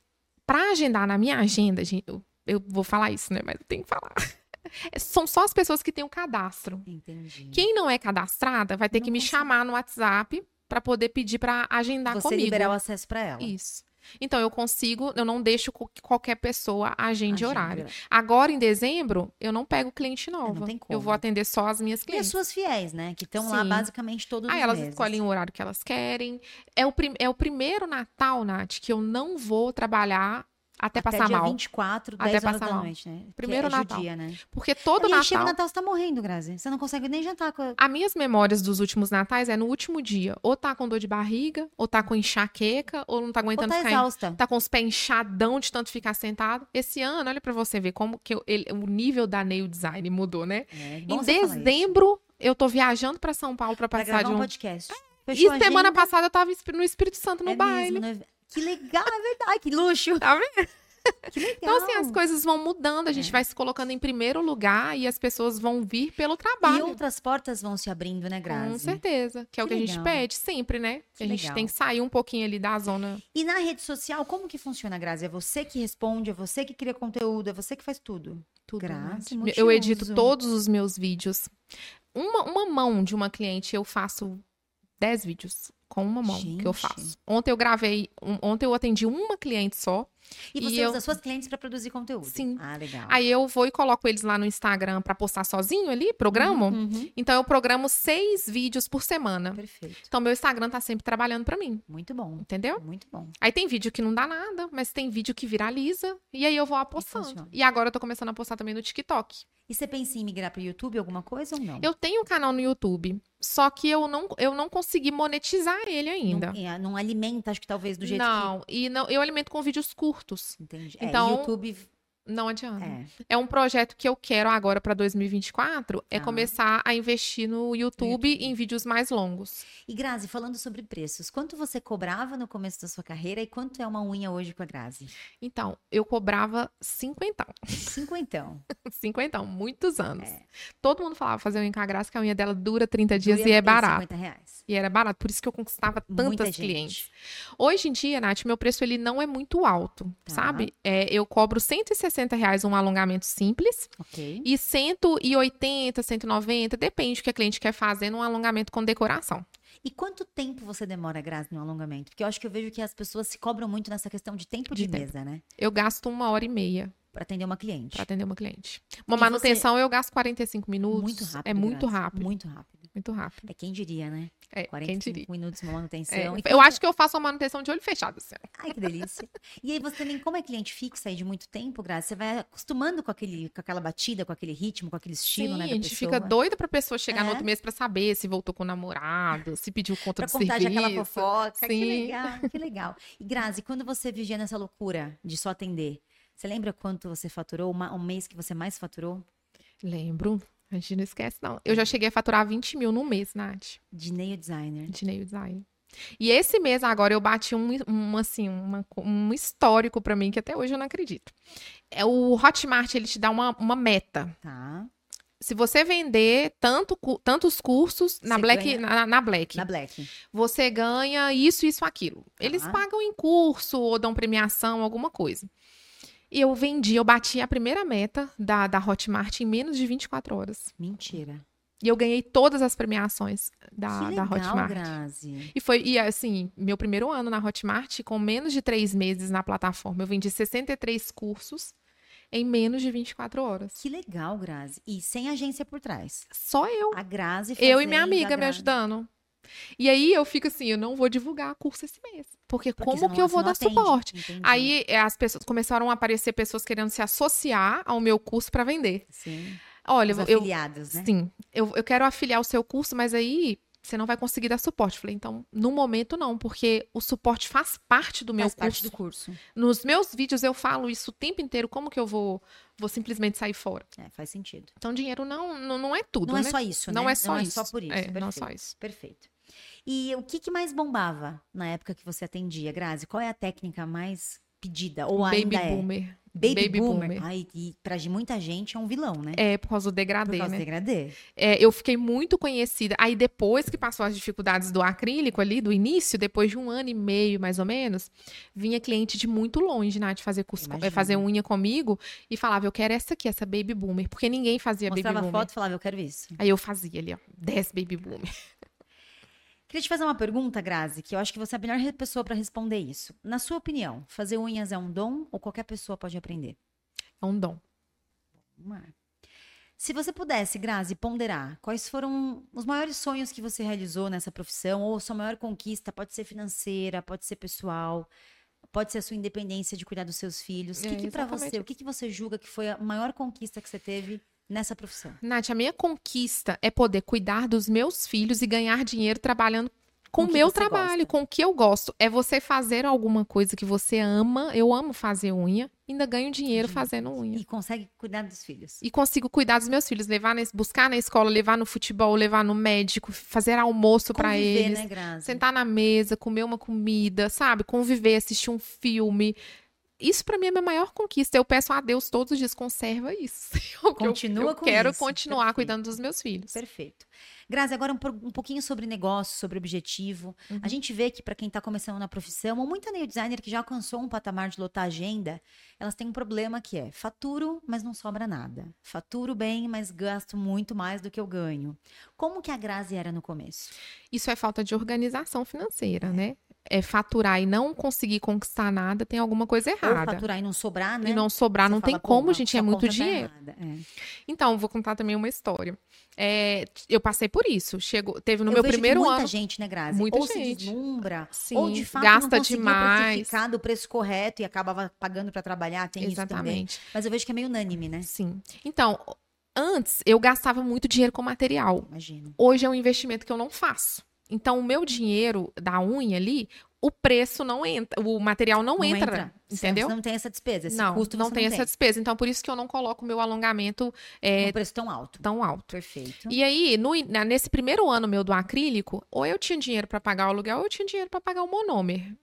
Speaker 2: pra agendar na minha agenda, gente, eu, eu vou falar isso, né? Mas eu tenho que falar. É, São só as pessoas que têm o cadastro.
Speaker 1: Entendi.
Speaker 2: Quem não é cadastrada vai ter
Speaker 1: Não
Speaker 2: que me
Speaker 1: consegue.
Speaker 2: chamar no WhatsApp pra poder pedir pra agendar
Speaker 1: você
Speaker 2: comigo.
Speaker 1: liberar o acesso pra ela.
Speaker 2: Isso. Então, eu consigo, eu não deixo co- que qualquer pessoa agende
Speaker 1: Agenda.
Speaker 2: horário. Agora, em dezembro, eu não pego cliente nova.
Speaker 1: é. tem
Speaker 2: Eu
Speaker 1: como.
Speaker 2: vou atender só as
Speaker 1: E
Speaker 2: minhas
Speaker 1: é as
Speaker 2: clientes.
Speaker 1: suas fiéis, né? Que estão lá
Speaker 2: Sim.
Speaker 1: basicamente todos
Speaker 2: Aí
Speaker 1: os
Speaker 2: elas
Speaker 1: meses.
Speaker 2: escolhem um o horário que elas querem. É o, prim- é o primeiro Natal, Nath, que eu não vou trabalhar até,
Speaker 1: Até
Speaker 2: passar
Speaker 1: dia
Speaker 2: mal.
Speaker 1: 24,
Speaker 2: Até
Speaker 1: 10 horas
Speaker 2: passar
Speaker 1: da
Speaker 2: mal.
Speaker 1: noite, né? Porque
Speaker 2: Primeiro
Speaker 1: é
Speaker 2: Natal.
Speaker 1: Judia, né?
Speaker 2: Porque
Speaker 1: e
Speaker 2: todo
Speaker 1: aí
Speaker 2: Natal.
Speaker 1: chega o Natal, você tá morrendo, Grazi. Você não consegue nem jantar com a...
Speaker 2: As minhas memórias dos últimos natais é no último dia. Ou tá com dor de barriga, ou tá com enxaqueca, ou não tá
Speaker 1: Ou
Speaker 2: aguentando
Speaker 1: tá
Speaker 2: ficar.
Speaker 1: exausta.
Speaker 2: Tá com os pés inchadão de tanto ficar sentado. Esse ano, olha pra você ver como que eu- ele- o nível da nail design mudou, né?
Speaker 1: É, bom
Speaker 2: Em
Speaker 1: você falar isso.
Speaker 2: dezembro, eu tô viajando pra São Paulo pra
Speaker 1: Pra
Speaker 2: passar
Speaker 1: gravar
Speaker 2: de
Speaker 1: um
Speaker 2: um.
Speaker 1: podcast.
Speaker 2: E
Speaker 1: Fechou a
Speaker 2: semana
Speaker 1: agenda,
Speaker 2: passada eu tava esp- no Espírito Santo no
Speaker 1: é
Speaker 2: baile.
Speaker 1: mesmo, né? Que legal, é verdade. Ai, que luxo.
Speaker 2: Tá vendo?
Speaker 1: Que legal.
Speaker 2: Então, assim, as coisas vão mudando, a gente
Speaker 1: É.
Speaker 2: vai se colocando em primeiro lugar e as pessoas vão vir pelo
Speaker 1: E
Speaker 2: trabalho.
Speaker 1: outras portas vão se abrindo, né, Grazi?
Speaker 2: Com certeza. Que é o
Speaker 1: Que
Speaker 2: que a gente
Speaker 1: legal.
Speaker 2: pede sempre, né?
Speaker 1: Que
Speaker 2: a gente
Speaker 1: legal.
Speaker 2: tem que sair um pouquinho ali da zona.
Speaker 1: E na rede social, como que funciona, Grazi? É você que responde, é você que cria conteúdo, é você que faz tudo.
Speaker 2: Tudo, né?
Speaker 1: Grazi,
Speaker 2: Eu edito
Speaker 1: multiuso.
Speaker 2: todos os meus vídeos. Uma, uma mão de uma cliente, eu faço 10 vídeos. Com uma mão que eu
Speaker 1: Gente.
Speaker 2: faço. Ontem eu gravei, um- ontem eu atendi uma cliente só.
Speaker 1: E
Speaker 2: E
Speaker 1: você
Speaker 2: eu-
Speaker 1: usa suas clientes pra produzir conteúdo.
Speaker 2: Sim.
Speaker 1: Ah, legal.
Speaker 2: Aí eu vou e coloco eles lá no Instagram pra postar sozinho ali, programo.
Speaker 1: Uhum,
Speaker 2: Então eu programo seis vídeos por semana.
Speaker 1: Perfeito.
Speaker 2: Então meu Instagram tá sempre trabalhando pra mim,
Speaker 1: Muito bom.
Speaker 2: entendeu?
Speaker 1: Muito bom.
Speaker 2: Aí tem vídeo que não dá nada, mas tem vídeo que viraliza e aí eu vou apostando.
Speaker 1: funciona.
Speaker 2: E agora eu tô começando a postar também no TikTok.
Speaker 1: E você pensa em migrar pro YouTube alguma coisa ou não?
Speaker 2: Eu tenho um canal no YouTube, só que eu não, eu não consegui monetizar ele ainda.
Speaker 1: Não, é, não alimenta, acho que talvez do jeito
Speaker 2: não, e não, eu alimento com vídeos curtos.
Speaker 1: que. Entendi.
Speaker 2: Então,
Speaker 1: é, YouTube.
Speaker 2: Não adianta. É,
Speaker 1: É,
Speaker 2: um projeto que eu quero agora pra 2024 é
Speaker 1: Ah.
Speaker 2: começar a investir no YouTube em vídeos mais longos.
Speaker 1: E Grazi, falando sobre preços, quanto você cobrava no começo da sua carreira e quanto é uma unha hoje com a Grazi?
Speaker 2: Então, eu cobrava cinquentão.
Speaker 1: Cinquentão.
Speaker 2: Cinquentão, muitos anos.
Speaker 1: É.
Speaker 2: Todo mundo falava fazer unha com a graça, que a unha dela dura 30 dias
Speaker 1: Doía
Speaker 2: e é
Speaker 1: ter
Speaker 2: barato.
Speaker 1: 50 reais.
Speaker 2: E era barato, por isso que eu conquistava
Speaker 1: Muita
Speaker 2: tantas
Speaker 1: gente.
Speaker 2: clientes. Hoje em dia, Nath, meu preço ele não é muito alto,
Speaker 1: Tá.
Speaker 2: sabe? É, eu cobro 160 reais um alongamento simples
Speaker 1: Ok.
Speaker 2: e 180, 190, depende do que a cliente quer fazer num alongamento com decoração.
Speaker 1: E quanto tempo você demora, Grazi, no alongamento? Porque eu acho que eu vejo que as pessoas se cobram muito nessa questão de tempo de,
Speaker 2: De tempo.
Speaker 1: mesa, né?
Speaker 2: Eu gasto uma hora e meia
Speaker 1: Pra atender uma cliente.
Speaker 2: para atender uma cliente. Uma
Speaker 1: E você-
Speaker 2: manutenção eu gasto 45 minutos.
Speaker 1: Muito rápido.
Speaker 2: É muito
Speaker 1: Grazi,
Speaker 2: rápido. Muito,
Speaker 1: Muito rápido.
Speaker 2: rápido.
Speaker 1: É quem diria, né?
Speaker 2: É, quem
Speaker 1: 45
Speaker 2: diria?
Speaker 1: minutos uma
Speaker 2: É,
Speaker 1: manutenção. E
Speaker 2: eu
Speaker 1: quanto-
Speaker 2: acho que eu faço uma manutenção de olho fechado, assim.
Speaker 1: Ai, que delícia. E aí você também, como é cliente fixa aí de muito tempo, Grazi, você vai acostumando com, aquele, com aquela batida, com aquele ritmo, com aquele estilo,
Speaker 2: Sim,
Speaker 1: né,
Speaker 2: a
Speaker 1: da
Speaker 2: gente
Speaker 1: pessoa.
Speaker 2: fica doida pra pessoa chegar
Speaker 1: É.
Speaker 2: no outro mês pra saber se voltou com o namorado, se pediu conta
Speaker 1: Pra
Speaker 2: do
Speaker 1: contar já
Speaker 2: serviço.
Speaker 1: aquela fofoca. Que
Speaker 2: Sim.
Speaker 1: legal, que legal. E Grazi, quando você vivia nessa loucura de só atender, você lembra quanto você faturou? Uma- um mês que você mais faturou?
Speaker 2: Lembro. A gente não esquece, não. Eu já
Speaker 1: É.
Speaker 2: cheguei a faturar 20 mil no mês, Nath,
Speaker 1: De nail designer.
Speaker 2: de nail design. E esse mês agora eu bati um, um, assim, uma co- um histórico pra mim que até hoje eu não acredito. É o Hotmart, ele te dá uma, uma meta.
Speaker 1: Tá.
Speaker 2: Se você vender tanto, cu- tantos cursos na
Speaker 1: Você
Speaker 2: Black,
Speaker 1: ganha-
Speaker 2: na, na Black,
Speaker 1: Na Black.
Speaker 2: você ganha isso, isso, aquilo. Eles
Speaker 1: Tá.
Speaker 2: pagam em curso ou dão premiação, alguma coisa. E eu vendi, eu bati a primeira meta da, da Hotmart em menos de 24 horas.
Speaker 1: Mentira.
Speaker 2: E eu ganhei todas as premiações da,
Speaker 1: que
Speaker 2: da
Speaker 1: legal,
Speaker 2: Hotmart.
Speaker 1: Grazi.
Speaker 2: E foi, e assim, meu primeiro ano na Hotmart, com menos de três meses na plataforma, eu vendi 63 cursos em menos de 24 horas.
Speaker 1: Que legal, Grazi. E sem agência por trás.
Speaker 2: Só eu.
Speaker 1: A Grazi
Speaker 2: Eu e
Speaker 1: fazendo,
Speaker 2: minha
Speaker 1: a
Speaker 2: amiga me
Speaker 1: Grazi-
Speaker 2: ajudando. E aí eu fico assim, eu não vou divulgar curso esse mês. Porque,
Speaker 1: Porque
Speaker 2: como
Speaker 1: senão
Speaker 2: que eu
Speaker 1: você
Speaker 2: vou
Speaker 1: não
Speaker 2: dar
Speaker 1: atende. Uhum.
Speaker 2: suporte?
Speaker 1: Entendi.
Speaker 2: Aí é, as pessoas começaram a aparecer pessoas querendo se associar ao meu curso para vender.
Speaker 1: Sim.
Speaker 2: Olha,
Speaker 1: Os
Speaker 2: eu
Speaker 1: afiliados, né?
Speaker 2: sim, eu, eu quero afiliar o seu curso, mas aí você não vai conseguir dar suporte. Eu Falei, então, no momento não, porque o suporte faz parte do meu
Speaker 1: Faz parte
Speaker 2: curso.
Speaker 1: do curso.
Speaker 2: Nos meus vídeos eu falo isso o tempo inteiro, como que eu vou vou simplesmente sair fora?
Speaker 1: É, faz sentido.
Speaker 2: Então, dinheiro não não, não é tudo,
Speaker 1: não é
Speaker 2: né?
Speaker 1: só isso,
Speaker 2: não
Speaker 1: né?
Speaker 2: é só
Speaker 1: não
Speaker 2: isso.
Speaker 1: é só por isso.
Speaker 2: É, não é
Speaker 1: perfeito.
Speaker 2: só isso.
Speaker 1: Perfeito. E o que, que mais bombava na época que você atendia, Grazi? Qual é a técnica mais pedida? Ou
Speaker 2: Baby
Speaker 1: ainda é?
Speaker 2: boomer.
Speaker 1: Baby,
Speaker 2: Baby
Speaker 1: boomer.
Speaker 2: boomer.
Speaker 1: Ai, e pra de muita gente é um vilão, né?
Speaker 2: É, por causa do
Speaker 1: Por
Speaker 2: degradê,
Speaker 1: causa
Speaker 2: né?
Speaker 1: do degradê.
Speaker 2: É, eu fiquei muito conhecida. Aí depois que passou as dificuldades do acrílico ali, do início, depois de um ano e meio mais ou menos, vinha cliente de muito longe, Nath, fazer curso,
Speaker 1: Imagino.
Speaker 2: eh, fazer unha comigo e falava, eu quero essa aqui, essa baby boomer, porque ninguém fazia
Speaker 1: Mostrava
Speaker 2: baby boomer.
Speaker 1: foto e falava, eu quero isso.
Speaker 2: Aí eu fazia ali, ó, 10 baby boomer.
Speaker 1: Queria te fazer uma pergunta, Grazi, que eu acho que você é a melhor re- pessoa pra responder isso. Na sua opinião, fazer unhas é um dom ou qualquer pessoa pode aprender?
Speaker 2: É um dom.
Speaker 1: Vamos lá. Se você pudesse, Grazi, ponderar quais foram os maiores sonhos que você realizou nessa profissão ou sua maior conquista, pode ser financeira, pode ser pessoal, pode ser a sua independência de cuidar dos seus filhos. O que,
Speaker 2: É,
Speaker 1: que para
Speaker 2: exatamente
Speaker 1: você, o que, que você julga que foi a maior conquista que você teve nessa profissão?
Speaker 2: Nath, a minha conquista é poder cuidar dos meus filhos e ganhar dinheiro trabalhando com
Speaker 1: o
Speaker 2: o
Speaker 1: que
Speaker 2: meu
Speaker 1: você
Speaker 2: trabalho,
Speaker 1: gosta.
Speaker 2: com o que eu gosto. É você fazer alguma coisa que você ama. Eu amo fazer unha, ainda ganho dinheiro
Speaker 1: Entendi.
Speaker 2: fazendo unha.
Speaker 1: E consegue cuidar dos filhos.
Speaker 2: E consigo cuidar dos meus filhos, levar na, buscar na escola, levar no futebol, levar no médico, fazer almoço pra
Speaker 1: Conviver,
Speaker 2: eles,
Speaker 1: né, Grazi?
Speaker 2: Uhum. sentar na mesa, comer uma comida, sabe? Conviver, assistir um filme. Isso pra mim é minha maior conquista. Eu peço a Deus todos os dias, conserva isso. É o que eu-
Speaker 1: Continua
Speaker 2: eu
Speaker 1: com
Speaker 2: quero
Speaker 1: isso.
Speaker 2: continuar
Speaker 1: Perfeito.
Speaker 2: cuidando dos meus filhos.
Speaker 1: Perfeito. Grazi, agora um, po- um pouquinho sobre negócio, sobre objetivo.
Speaker 2: Uhum.
Speaker 1: A gente vê que para quem está começando na profissão, ou muita nail designer que já alcançou um patamar de lotar agenda, elas têm um problema que é faturo, mas não sobra nada. Faturo bem, mas gasto muito mais do que eu ganho. Como que a Grazi era no começo?
Speaker 2: Isso é falta de organização financeira, né? É faturar e não conseguir conquistar nada, tem alguma coisa
Speaker 1: Ou
Speaker 2: errada.
Speaker 1: faturar e não sobrar, né?
Speaker 2: E não sobrar,
Speaker 1: Você
Speaker 2: não tem
Speaker 1: fala, pô,
Speaker 2: como,
Speaker 1: a
Speaker 2: gente, é
Speaker 1: sua
Speaker 2: muito
Speaker 1: conta tá
Speaker 2: dinheiro.
Speaker 1: errada. É.
Speaker 2: Então, vou contar também uma história. É, eu passei por isso. Chegou, teve no
Speaker 1: Eu
Speaker 2: meu
Speaker 1: vejo que
Speaker 2: primeiro
Speaker 1: muita
Speaker 2: ano.
Speaker 1: gente, né, Grazi?
Speaker 2: Muita
Speaker 1: ou se
Speaker 2: gente.
Speaker 1: deslumbra,
Speaker 2: Sim,
Speaker 1: ou de fato
Speaker 2: gasta
Speaker 1: não conseguiu
Speaker 2: demais.
Speaker 1: precificar do preço correto e acabava pagando para trabalhar, tem isso também.
Speaker 2: Exatamente.
Speaker 1: Mas eu vejo que é meio unânime, né?
Speaker 2: Sim. Então, antes eu gastava muito dinheiro com material.
Speaker 1: Imagino.
Speaker 2: Hoje é um investimento que eu não faço. Então, o meu dinheiro da unha ali, o preço não entra, o material não, entra, entendeu?
Speaker 1: Você Então, não tem essa despesa, esse
Speaker 2: não,
Speaker 1: custo
Speaker 2: não
Speaker 1: você
Speaker 2: tem
Speaker 1: não
Speaker 2: essa despesa. Então, por isso que eu não coloco o meu alongamento
Speaker 1: tem.
Speaker 2: é,
Speaker 1: Um preço tão alto.
Speaker 2: tão alto.
Speaker 1: Perfeito.
Speaker 2: E aí, no in- na- nesse primeiro ano meu do acrílico, ou eu tinha dinheiro para pagar o aluguel, ou eu tinha dinheiro para pagar o monômer.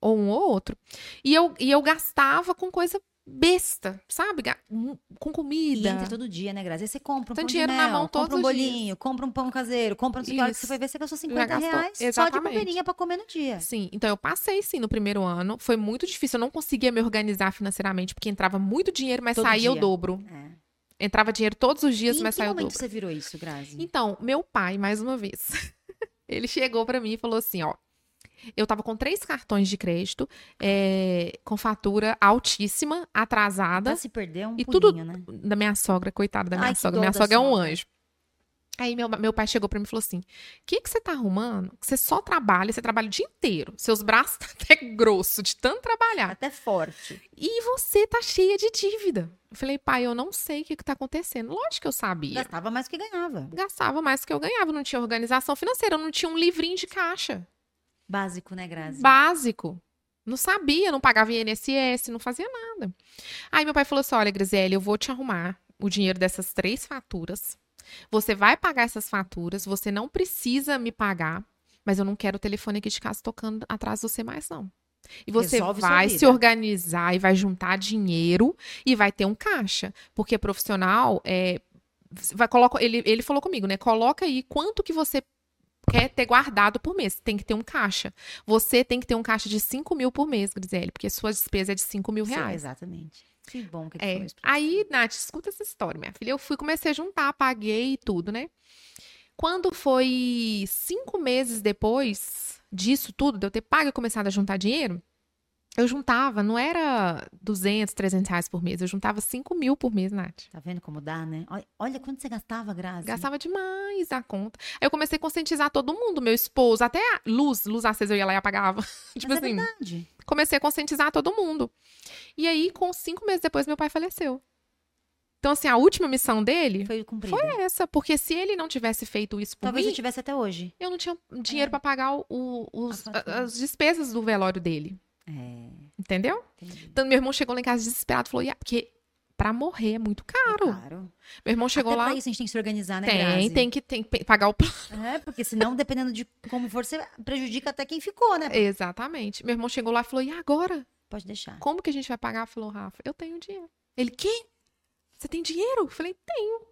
Speaker 2: Ou um ou outro. E eu, e eu gastava com coisa besta, sabe? Ga- um- Com
Speaker 1: E
Speaker 2: comida.
Speaker 1: entra todo dia, né, Grazi? Aí você compra um
Speaker 2: Tem
Speaker 1: pão
Speaker 2: dinheiro
Speaker 1: de
Speaker 2: na
Speaker 1: mel,
Speaker 2: mão todos
Speaker 1: compra um
Speaker 2: os
Speaker 1: bolinho, compra um pão caseiro, compra um cigarro que você
Speaker 2: Isso.
Speaker 1: foi ver, você gastou
Speaker 2: Já
Speaker 1: 50
Speaker 2: gastou.
Speaker 1: reais só de
Speaker 2: Exatamente.
Speaker 1: bobeirinha pra comer no dia.
Speaker 2: Sim, então eu passei sim no primeiro ano. Foi muito difícil. Eu não conseguia me organizar financeiramente, porque entrava muito dinheiro, mas
Speaker 1: Todo
Speaker 2: saía o
Speaker 1: dia.
Speaker 2: dobro.
Speaker 1: É.
Speaker 2: Entrava dinheiro todos os
Speaker 1: E
Speaker 2: dias,
Speaker 1: em
Speaker 2: mas
Speaker 1: que
Speaker 2: saía o
Speaker 1: momento
Speaker 2: dobro.
Speaker 1: você virou isso, Grazi?
Speaker 2: Então, meu pai, mais uma vez, ele chegou pra mim e falou assim, ó. Eu tava com três cartões de crédito, é, com fatura altíssima, atrasada,
Speaker 1: Já se perdeu um
Speaker 2: E
Speaker 1: pulinho,
Speaker 2: tudo-
Speaker 1: né?
Speaker 2: da minha sogra, coitada da minha
Speaker 1: Ai, que
Speaker 2: sogra.
Speaker 1: dó
Speaker 2: Minha
Speaker 1: da
Speaker 2: sogra é um
Speaker 1: sogra.
Speaker 2: anjo. Aí meu, meu pai chegou pra mim e falou assim: O que, que você tá arrumando? Que você só trabalha, você trabalha o dia inteiro. Seus braços tá até grosso de tanto trabalhar.
Speaker 1: Até forte.
Speaker 2: E você tá cheia de dívida. Eu falei, pai, eu não sei o que, que tá acontecendo. Lógico que eu sabia
Speaker 1: Gastava mais do que ganhava.
Speaker 2: gastava mais do que eu ganhava, não tinha organização financeira, eu não tinha um livrinho de caixa
Speaker 1: Básico, né, Grazi?
Speaker 2: básico. Não sabia, não pagava INSS, não fazia nada. Aí meu pai falou assim: olha, Grisele, eu vou te arrumar o dinheiro dessas três faturas. Você vai pagar essas faturas, você não precisa me pagar, mas eu não quero o telefone aqui de casa tocando atrás de você mais, não. E você
Speaker 1: Resolve sua
Speaker 2: vai
Speaker 1: vida.
Speaker 2: se organizar e vai juntar dinheiro e vai ter um caixa. Porque profissional é. Vai, coloca, ele, ele falou comigo, né? Coloca aí quanto que você quer ter guardado por mês. Tem que ter um caixa. Você tem que ter um caixa de 5 mil por mês, Grisele, porque sua despesa é de 5 mil
Speaker 1: Sim,
Speaker 2: reais.
Speaker 1: exatamente. Que bom que ele
Speaker 2: É.
Speaker 1: falou isso pra
Speaker 2: Aí, Nath, escuta essa história, minha filha. Eu fui, comecei a juntar, paguei e tudo, né? Quando foi cinco meses depois disso tudo, de eu ter pago e começado a juntar dinheiro, eu juntava, não era 200, 300 reais por mês, eu juntava 5 mil por mês, Nath.
Speaker 1: Tá vendo como dá, né? Olha, olha quanto você gastava, Grazi.
Speaker 2: Gastava demais a conta. Aí eu comecei a conscientizar todo mundo, meu esposo, até a luz, luz acesa eu ia lá e apagava. tipo
Speaker 1: Mas
Speaker 2: assim,
Speaker 1: é verdade.
Speaker 2: comecei a conscientizar todo mundo. E aí, com cinco meses depois, meu pai faleceu. Então, assim, a última missão dele
Speaker 1: Foi cumprido.
Speaker 2: foi essa, porque se ele não tivesse feito isso por
Speaker 1: Talvez
Speaker 2: mim,
Speaker 1: eu tivesse até hoje.
Speaker 2: eu não tinha dinheiro pra pagar o- o- os-
Speaker 1: A fatura.
Speaker 2: a- as despesas do velório dele,
Speaker 1: É,
Speaker 2: entendeu?
Speaker 1: entendi.
Speaker 2: Então, meu irmão chegou lá em casa desesperado e falou: "Iá, porque pra morrer é muito caro.
Speaker 1: Claro.
Speaker 2: Meu irmão chegou
Speaker 1: até
Speaker 2: lá.
Speaker 1: pra isso a gente tem que se organizar, né,
Speaker 2: Tem,
Speaker 1: Grazi?
Speaker 2: tem que, tem que pe- pagar o plano.
Speaker 1: É, porque senão, dependendo de como for, você prejudica até quem ficou, né?
Speaker 2: Exatamente. Meu irmão chegou lá e falou: e agora?
Speaker 1: Pode deixar.
Speaker 2: Como que a gente vai pagar? Falou, Rafa, eu tenho dinheiro. Ele, quê? Você tem dinheiro? Eu falei, tenho.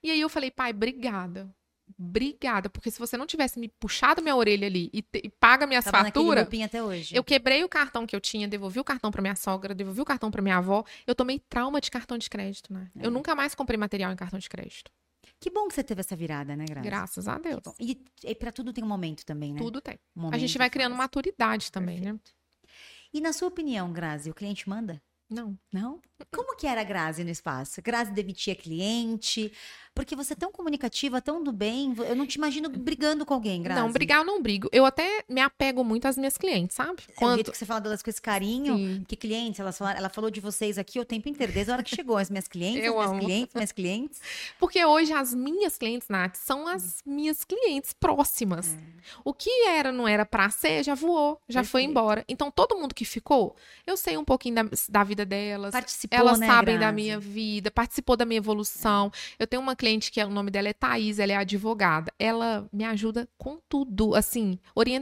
Speaker 2: E aí eu falei, pai, obrigada. Obrigada, porque se você não tivesse me puxado minha orelha ali e, te- e paga minhas
Speaker 1: Tava Tá naquele
Speaker 2: faturas,
Speaker 1: grupinho até hoje.
Speaker 2: eu quebrei o cartão que eu tinha, devolvi o cartão pra minha sogra, devolvi o cartão pra minha avó. Eu tomei trauma de cartão de crédito, né?
Speaker 1: É.
Speaker 2: Eu nunca mais comprei material em cartão de crédito.
Speaker 1: Que bom que você teve essa virada, né, Grazi?
Speaker 2: Graças a Deus.
Speaker 1: Que bom. E, e pra tudo tem um momento também, né?
Speaker 2: Tudo tem.
Speaker 1: Um
Speaker 2: A gente
Speaker 1: momento,
Speaker 2: vai criando
Speaker 1: fase.
Speaker 2: maturidade também, né?
Speaker 1: E na sua opinião, Grazi, o cliente manda?
Speaker 2: Não.
Speaker 1: Não? Como que era a Grazi no espaço? Grazi demitia cliente? Porque você é tão comunicativa, tão do bem, eu não te imagino brigando com alguém, Grazi.
Speaker 2: Não, brigar eu não brigo. Eu até me apego muito às minhas clientes, sabe?
Speaker 1: É o
Speaker 2: Quando.
Speaker 1: jeito que você fala delas com esse carinho.
Speaker 2: Sim.
Speaker 1: Que clientes, elas falaram, ela falou de vocês aqui o tempo inteiro, desde a hora que chegou. As minhas clientes,
Speaker 2: Eu
Speaker 1: as minhas
Speaker 2: amo.
Speaker 1: clientes, minhas clientes.
Speaker 2: Porque hoje as minhas clientes, Nath, são as
Speaker 1: Hum.
Speaker 2: minhas clientes próximas.
Speaker 1: É.
Speaker 2: O que era, não era pra ser, já voou, já foi
Speaker 1: Perfeito.
Speaker 2: embora. Então, todo mundo que ficou, eu sei um pouquinho da, da vida delas.
Speaker 1: Participou,
Speaker 2: Elas
Speaker 1: né,
Speaker 2: sabem da
Speaker 1: Grazi?
Speaker 2: minha vida, participou da minha evolução. Eu tenho uma cliente que é- o nome dela é Thaís, ela é advogada. Ela me ajuda com tudo, assim,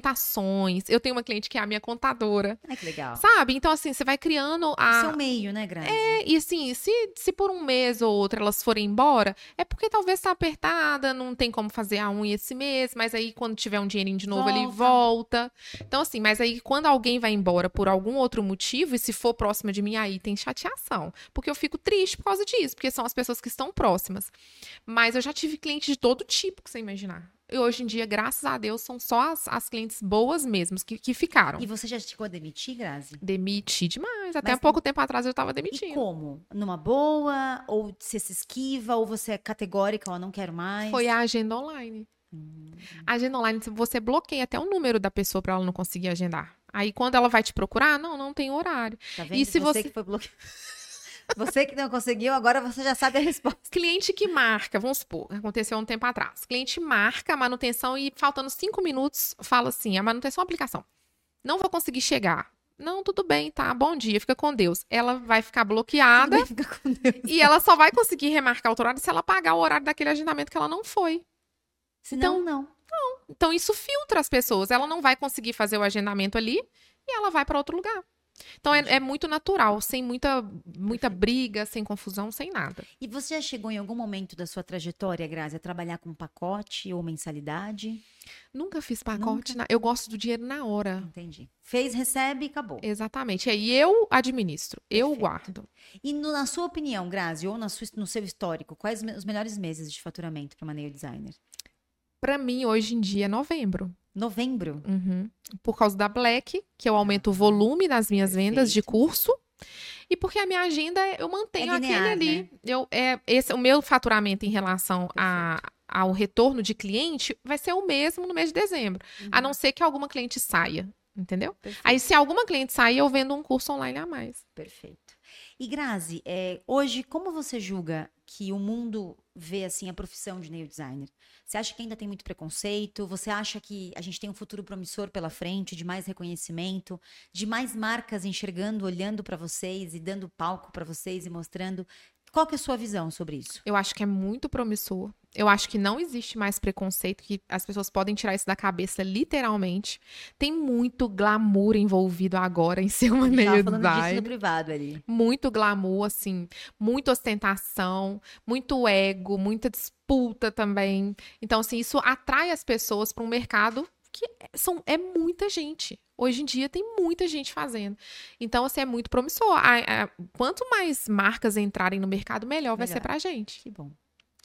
Speaker 2: orientações. Eu tenho uma cliente que é a minha contadora,
Speaker 1: Ai, que legal.
Speaker 2: sabe? Então, assim, você vai criando
Speaker 1: O
Speaker 2: a.
Speaker 1: seu meio, né, Grazi?
Speaker 2: Ah, É, E assim, se, se por um mês ou outro elas forem embora, é porque talvez tá apertada, não tem como fazer a unha esse mês, mas aí quando tiver um dinheirinho de novo, ele
Speaker 1: Volta.
Speaker 2: volta. Então, assim, mas aí quando alguém vai embora por algum outro motivo, e se for próxima de mim, aí tem chateação. Porque eu fico triste por causa disso, porque são as pessoas que estão próximas. Mas eu já tive clientes de todo tipo que você imaginar. E hoje em dia, graças a Deus, são só as, as clientes boas mesmo, que, que ficaram.
Speaker 1: E você já chegou a demitir, Grazi?
Speaker 2: Demiti demais. Até
Speaker 1: Mas-
Speaker 2: há pouco tempo atrás eu tava demitindo.
Speaker 1: E como? Numa boa? Ou você se esquiva? Ou você é categórica? Ou não quero mais?
Speaker 2: Foi a agenda online.
Speaker 1: Hum.
Speaker 2: A agenda online, você bloqueia até o número da pessoa pra ela não conseguir agendar. Aí quando ela vai te procurar, não, não tem horário.
Speaker 1: Tá vendo?
Speaker 2: E se
Speaker 1: você
Speaker 2: você-
Speaker 1: que foi bloqueado. Você que não conseguiu, agora você já sabe a resposta.
Speaker 2: Cliente que marca, vamos supor, aconteceu há um tempo atrás. Cliente marca a manutenção e faltando cinco minutos, fala assim: a manutenção é uma aplicação. Não vou conseguir chegar. Não, tudo bem, tá? Bom dia, fica com Deus. Ela vai ficar bloqueada
Speaker 1: Fica com Deus.
Speaker 2: e ela só vai conseguir remarcar outro horário se ela pagar o horário daquele agendamento que ela não foi.
Speaker 1: Senão, não.
Speaker 2: Então isso filtra as pessoas. Ela não vai conseguir fazer o agendamento ali e ela vai para outro lugar. Então é, é muito natural, sem muita, muita briga, sem confusão, sem nada.
Speaker 1: E você já chegou em algum momento da sua trajetória, Grazi, a trabalhar com pacote ou mensalidade?
Speaker 2: Nunca fiz pacote. na- Eu gosto do dinheiro na hora.
Speaker 1: Entendi. Fez, recebe e acabou.
Speaker 2: Exatamente. Aí eu administro, eu
Speaker 1: Perfeito.
Speaker 2: guardo.
Speaker 1: E no- na sua opinião, Grazi, ou na sua- no seu histórico, quais me- os melhores meses de faturamento para uma nail designer?
Speaker 2: Para mim, hoje em dia é novembro.
Speaker 1: Novembro?
Speaker 2: Uhum. Por causa da Black, que eu aumento o volume das minhas vendas de curso. E porque a minha agenda, eu
Speaker 1: É
Speaker 2: mantenho
Speaker 1: linear,
Speaker 2: aquele ali. Eu, é, esse, o meu faturamento em relação a, ao retorno de cliente vai ser o mesmo no mês de dezembro. A
Speaker 1: Uhum.
Speaker 2: não ser que alguma cliente saia, entendeu?
Speaker 1: Perfeito.
Speaker 2: Aí, se alguma cliente sair, eu vendo um curso online a mais.
Speaker 1: Perfeito. E Grazi, é, hoje, como você julga que o mundo vê assim a profissão de nail designer? Você acha que ainda tem muito preconceito? Você acha que a gente tem um futuro promissor pela frente, de mais reconhecimento, de mais marcas enxergando, olhando para vocês e dando palco para vocês e mostrando? Qual que é a sua visão sobre isso?
Speaker 2: Eu acho que é muito promissor. Eu acho que não existe mais preconceito, que as pessoas podem tirar isso da cabeça, literalmente. Tem muito glamour envolvido agora em ser uma
Speaker 1: A gente tava
Speaker 2: nail
Speaker 1: falando disso
Speaker 2: design.
Speaker 1: no privado ali.
Speaker 2: muito glamour, assim, muita ostentação, muito ego, muita disputa também. Então, assim, isso atrai as pessoas para um mercado que é- são, é muita gente. Hoje em dia tem muita gente fazendo. Então, assim, é muito promissor. A- a- quanto mais marcas entrarem no mercado, melhor vai
Speaker 1: Melhor.
Speaker 2: ser pra gente.
Speaker 1: Que bom.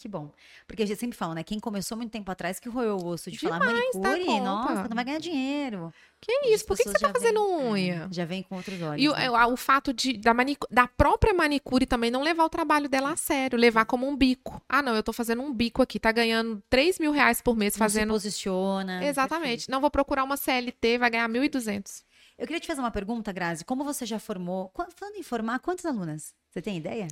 Speaker 1: Que bom. Porque a gente sempre fala, né? Quem começou muito tempo atrás que roeu o osso de falar
Speaker 2: Demais, dá
Speaker 1: manicure,
Speaker 2: conta."
Speaker 1: nossa, não vai ganhar dinheiro.
Speaker 2: Que
Speaker 1: Hoje as
Speaker 2: isso? Por que, que
Speaker 1: pessoas
Speaker 2: você tá
Speaker 1: já
Speaker 2: fazendo
Speaker 1: vêm- é,
Speaker 2: unha?
Speaker 1: já vem com outros olhos.
Speaker 2: E o, é,
Speaker 1: né?
Speaker 2: a- o fato de, da, manicu- da própria manicure também não levar o trabalho dela a sério, levar como um bico. Ah, não, eu tô fazendo um bico aqui, tá ganhando 3 mil reais por mês
Speaker 1: Não
Speaker 2: fazendo.
Speaker 1: se posiciona.
Speaker 2: Exatamente. Não, vou procurar uma CLT, vai ganhar 1.200.
Speaker 1: perfeito. Eu queria te fazer uma pergunta, Grazi. Como você já formou? Qua- Falando em formar, quantas alunas? Você tem ideia?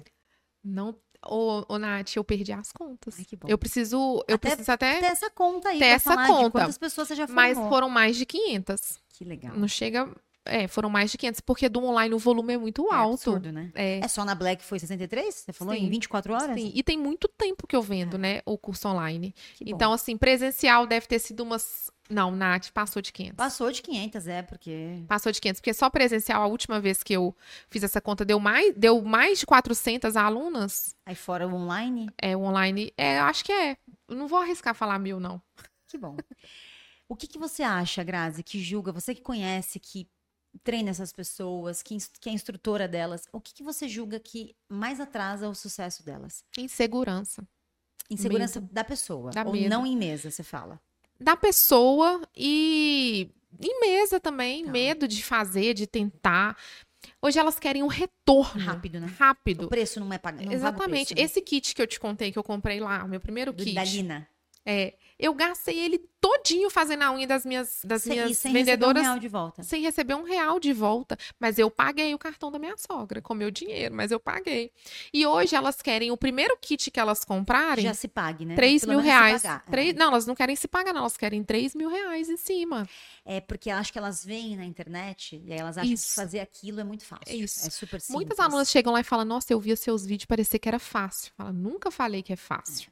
Speaker 2: Não, ô, ô Nath, eu perdi as contas.
Speaker 1: Ai, que bom.
Speaker 2: Eu preciso, eu
Speaker 1: Até-
Speaker 2: preciso até,
Speaker 1: Tem essa conta aí.
Speaker 2: Tem
Speaker 1: pra
Speaker 2: essa
Speaker 1: falar De
Speaker 2: conta.
Speaker 1: quantas pessoas você já formou?
Speaker 2: mas foram mais de 500.
Speaker 1: Que legal.
Speaker 2: Não chega, é, foram mais de 500 porque do online o volume é muito
Speaker 1: É
Speaker 2: alto.
Speaker 1: absurdo, né?
Speaker 2: É.
Speaker 1: É só na Black foi 63? Você falou em
Speaker 2: Sim.
Speaker 1: 24 horas?
Speaker 2: Sim, e tem muito tempo que eu vendo,
Speaker 1: É.
Speaker 2: né, o curso online.
Speaker 1: Que bom.
Speaker 2: Então, assim, presencial deve ter sido umas. Não, Nath, passou de 500.
Speaker 1: Passou de 500, é, porque.
Speaker 2: Passou de 500, porque só presencial, a última vez que eu fiz essa conta, deu mais, deu mais de 400 alunas.
Speaker 1: Aí fora o online.
Speaker 2: É, o online, é, eu acho que é. Eu Não vou arriscar falar mil, não.
Speaker 1: Que bom. O que, que você acha, Grazi, que julga, você que conhece, que treina essas pessoas, que, ins- que é instrutora delas, o que, que você julga que mais atrasa o sucesso delas?
Speaker 2: Insegurança.
Speaker 1: Insegurança da pessoa.
Speaker 2: Dá
Speaker 1: ou
Speaker 2: medo.
Speaker 1: não em mesa, você fala.
Speaker 2: Da pessoa e em mesa também,
Speaker 1: Tá.
Speaker 2: medo de fazer, de tentar. Hoje elas querem um retorno
Speaker 1: Rápido, né? O
Speaker 2: rápido.
Speaker 1: preço não é pago. não paga o
Speaker 2: Exatamente.
Speaker 1: preço, né?
Speaker 2: Esse kit que eu te contei que eu comprei lá, o meu primeiro
Speaker 1: Do-
Speaker 2: kit.
Speaker 1: Da Lina.
Speaker 2: É, eu gastei ele todinho fazendo a unha das minhas, das
Speaker 1: Sem- e
Speaker 2: minhas
Speaker 1: sem receber um
Speaker 2: vendedoras
Speaker 1: real de volta.
Speaker 2: sem receber um real de volta. Mas eu paguei o cartão da minha sogra com meu dinheiro, mas eu paguei. E hoje elas querem o primeiro kit que elas comprarem.
Speaker 1: Já se pague, né?
Speaker 2: 3
Speaker 1: Pelo
Speaker 2: mil
Speaker 1: menos se
Speaker 2: reais.
Speaker 1: pagar, é.
Speaker 2: Três- Não, elas não querem se pagar, não. Elas querem 3 mil reais em cima.
Speaker 1: É porque eu acho que elas veem na internet e aí elas acham que
Speaker 2: Isso.
Speaker 1: fazer aquilo é muito fácil.
Speaker 2: Isso.
Speaker 1: É super simples.
Speaker 2: Muitas alunas chegam lá e falam: Nossa, eu via seus vídeos, parecia que era fácil. Fala, nunca falei que é fácil.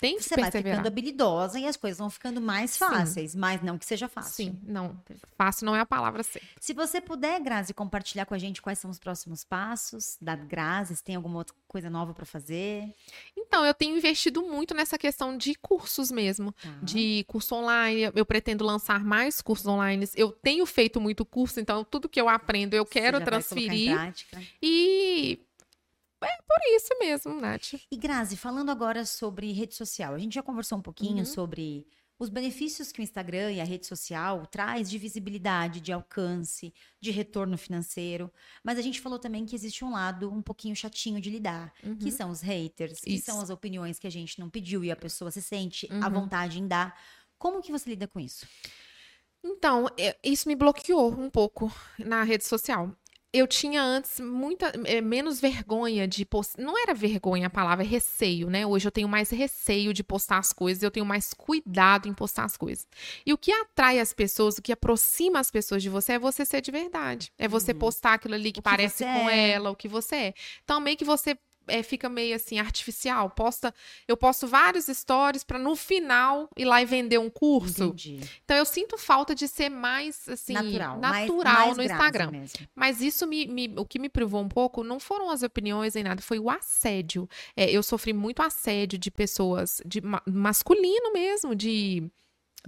Speaker 2: Tem que
Speaker 1: Você vai
Speaker 2: perseverar.
Speaker 1: ficando habilidosa e as coisas vão ficando mais
Speaker 2: Sim.
Speaker 1: fáceis, mas não que seja fácil.
Speaker 2: Sim, não. Fácil não é a palavra certa.
Speaker 1: Se você puder, Grazi, compartilhar com a gente quais são os próximos passos da Grazi, se tem alguma outra coisa nova para fazer.
Speaker 2: Então, eu tenho investido muito nessa questão de cursos mesmo.
Speaker 1: tá?
Speaker 2: de curso online. Eu pretendo lançar mais cursos online. Eu tenho feito muito curso, então tudo que eu aprendo eu
Speaker 1: Você
Speaker 2: quero
Speaker 1: já vai colocar em
Speaker 2: transferir.
Speaker 1: prática.
Speaker 2: E é por isso mesmo, Nath.
Speaker 1: E Grazi, falando agora sobre rede social, a gente já conversou um pouquinho
Speaker 2: Uhum.
Speaker 1: sobre os benefícios que o Instagram e a rede social traz de visibilidade, de alcance, de retorno financeiro, mas a gente falou também que existe um lado um pouquinho chatinho de lidar, que
Speaker 2: Uhum.
Speaker 1: são os haters, que
Speaker 2: Isso.
Speaker 1: são as opiniões que a gente não pediu e a pessoa se sente à
Speaker 2: Uhum.
Speaker 1: vontade em dar. Como que você lida com isso?
Speaker 2: Então, é, isso me bloqueou um pouco na rede social. Eu tinha antes muita é, menos vergonha de postar. Não era vergonha a palavra, é receio, né? Hoje eu tenho mais receio de postar as coisas, eu tenho mais cuidado em postar as coisas. E o que atrai as pessoas, o que aproxima as pessoas de você é você ser de verdade. É você
Speaker 1: Uhum.
Speaker 2: postar aquilo ali que,
Speaker 1: O que
Speaker 2: parece
Speaker 1: você
Speaker 2: com
Speaker 1: é.
Speaker 2: ela, o que você é. Então, meio que você é, fica meio assim, artificial. Posta, eu posto vários stories para no final ir lá e vender um curso.
Speaker 1: Entendi.
Speaker 2: Então eu sinto falta de ser mais assim
Speaker 1: natural,
Speaker 2: natural,
Speaker 1: mais- mais
Speaker 2: no
Speaker 1: Grazi
Speaker 2: Instagram.
Speaker 1: mesmo.
Speaker 2: Mas isso me, me- o que me privou um pouco não foram as opiniões nem nada, foi o assédio. É, eu sofri muito assédio de pessoas de ma- masculino mesmo, de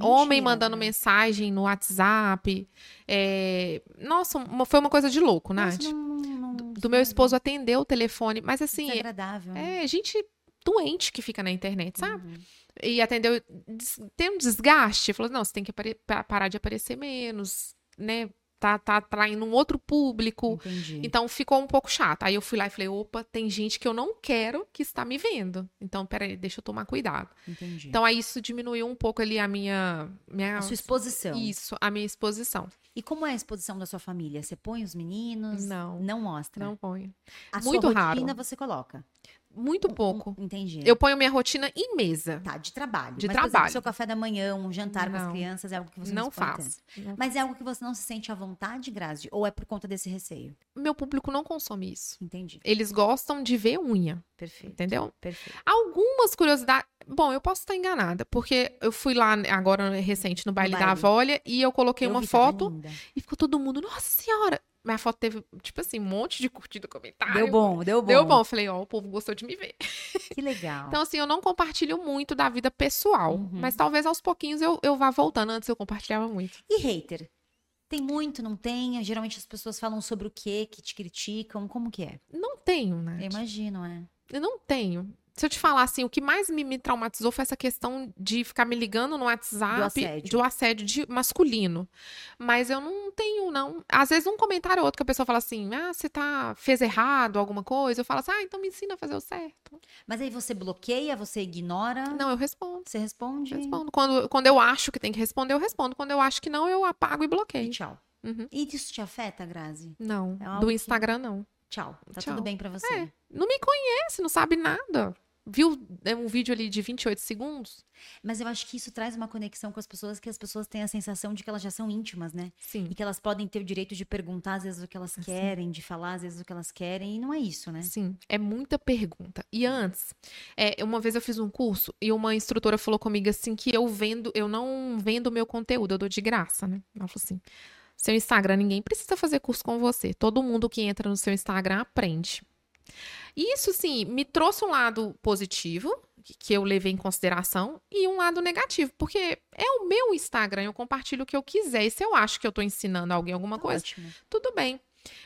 Speaker 2: homem
Speaker 1: Mentira,
Speaker 2: mandando
Speaker 1: né?
Speaker 2: mensagem no WhatsApp. É, nossa, uma- foi uma coisa de louco,
Speaker 1: Nossa,
Speaker 2: Nath.
Speaker 1: não- não-
Speaker 2: Do-
Speaker 1: não-
Speaker 2: Do meu esposo atender o telefone, mas assim,
Speaker 1: Desagradável. né?
Speaker 2: é gente doente que fica na internet, sabe?
Speaker 1: Uhum.
Speaker 2: e atendeu des- tem um desgaste falou não você tem que apare- pa- parar de aparecer menos né tá tá atraindo um outro público
Speaker 1: Entendi.
Speaker 2: então ficou um pouco chato aí eu fui lá e falei opa tem gente que eu não quero que está me vendo então peraí, deixa eu tomar cuidado
Speaker 1: Entendi.
Speaker 2: então aí isso diminuiu um pouco ali a minha minha
Speaker 1: a sua exposição.
Speaker 2: isso a minha exposição
Speaker 1: E como é a exposição da sua família? Você põe os meninos?
Speaker 2: Não.
Speaker 1: Não mostra.
Speaker 2: não ponho
Speaker 1: A
Speaker 2: muito
Speaker 1: sua
Speaker 2: raro.
Speaker 1: rotina você coloca. Um,
Speaker 2: muito pouco
Speaker 1: Entendi.
Speaker 2: eu ponho minha rotina em mesa
Speaker 1: Tá, de trabalho.
Speaker 2: De
Speaker 1: Mas, por exemplo,
Speaker 2: trabalho.
Speaker 1: seu café da manhã, um jantar com as
Speaker 2: Não.
Speaker 1: crianças é algo que você não
Speaker 2: não
Speaker 1: se põe tanto.
Speaker 2: faço Não-
Speaker 1: Mas é algo que você não se sente à vontade, Grazi? Ou é por conta desse receio?
Speaker 2: meu público não consome isso
Speaker 1: Entendi.
Speaker 2: eles gostam de ver unha
Speaker 1: Perfeito.
Speaker 2: entendeu
Speaker 1: Perfeito.
Speaker 2: Algumas curiosidades. Bom, eu posso estar enganada, porque eu fui lá agora recente no baile, da
Speaker 1: baile.
Speaker 2: Avolha e eu coloquei
Speaker 1: Eu
Speaker 2: uma
Speaker 1: vi, tava
Speaker 2: foto
Speaker 1: linda.
Speaker 2: e ficou todo mundo, nossa senhora! Minha foto teve, tipo assim, um monte de curtida, comentário.
Speaker 1: Deu bom, deu bom.
Speaker 2: Deu bom. Eu Falei, ó, o povo gostou de me ver.
Speaker 1: Que legal.
Speaker 2: Então, assim, eu não compartilho muito da vida pessoal,
Speaker 1: Uhum.
Speaker 2: mas talvez aos pouquinhos eu, eu vá voltando. Antes eu compartilhava muito.
Speaker 1: E hater? Tem muito, não tem? Geralmente as pessoas falam sobre o quê? Que te criticam? Como que é?
Speaker 2: Não tenho, né?
Speaker 1: Eu imagino, é.
Speaker 2: Eu não tenho. Se eu te falar assim, o que mais me, me traumatizou foi essa questão de ficar me ligando no WhatsApp,
Speaker 1: Do assédio.
Speaker 2: do assédio de masculino. Mas eu não tenho, não. Às vezes um comentário ou outro que a pessoa fala assim, ah, você tá, fez errado alguma coisa. Eu falo assim, ah, então me ensina a fazer o certo.
Speaker 1: Mas aí você bloqueia, você ignora?
Speaker 2: Não, eu respondo.
Speaker 1: Você responde?
Speaker 2: Respondo. Quando, quando eu acho que tem que responder, eu respondo. Quando eu acho que não, eu apago e
Speaker 1: E
Speaker 2: bloqueio.
Speaker 1: tchau.
Speaker 2: Uhum.
Speaker 1: E isso te afeta, Grazi?
Speaker 2: Não,
Speaker 1: É algo
Speaker 2: do
Speaker 1: que-
Speaker 2: Instagram, não.
Speaker 1: Tchau. Tá
Speaker 2: Tchau. É.
Speaker 1: tudo bem pra você.
Speaker 2: Não me conhece, não sabe nada. Viu é, um vídeo ali de 28 segundos?
Speaker 1: Mas eu acho que isso traz uma conexão com as pessoas que as pessoas têm a sensação de que elas já são íntimas, né?
Speaker 2: Sim.
Speaker 1: E que elas podem ter o direito de perguntar às vezes o que elas querem, de falar às vezes o que elas querem. E não é isso, né?
Speaker 2: Sim, é muita pergunta. E antes, é, uma vez eu fiz um curso e uma instrutora falou comigo assim que eu vendo, eu não vendo meu conteúdo, eu dou de graça, né? Ela falou assim: seu Instagram, ninguém precisa fazer curso com você. Todo mundo que entra no seu Instagram aprende. E isso, sim, me trouxe um lado positivo, que- que eu levei em consideração, e um lado negativo, porque é o meu Instagram, eu compartilho o que eu quiser. E se eu acho que eu tô ensinando alguém alguma
Speaker 1: Tá
Speaker 2: coisa, Hum.
Speaker 1: Ótimo.
Speaker 2: tudo bem.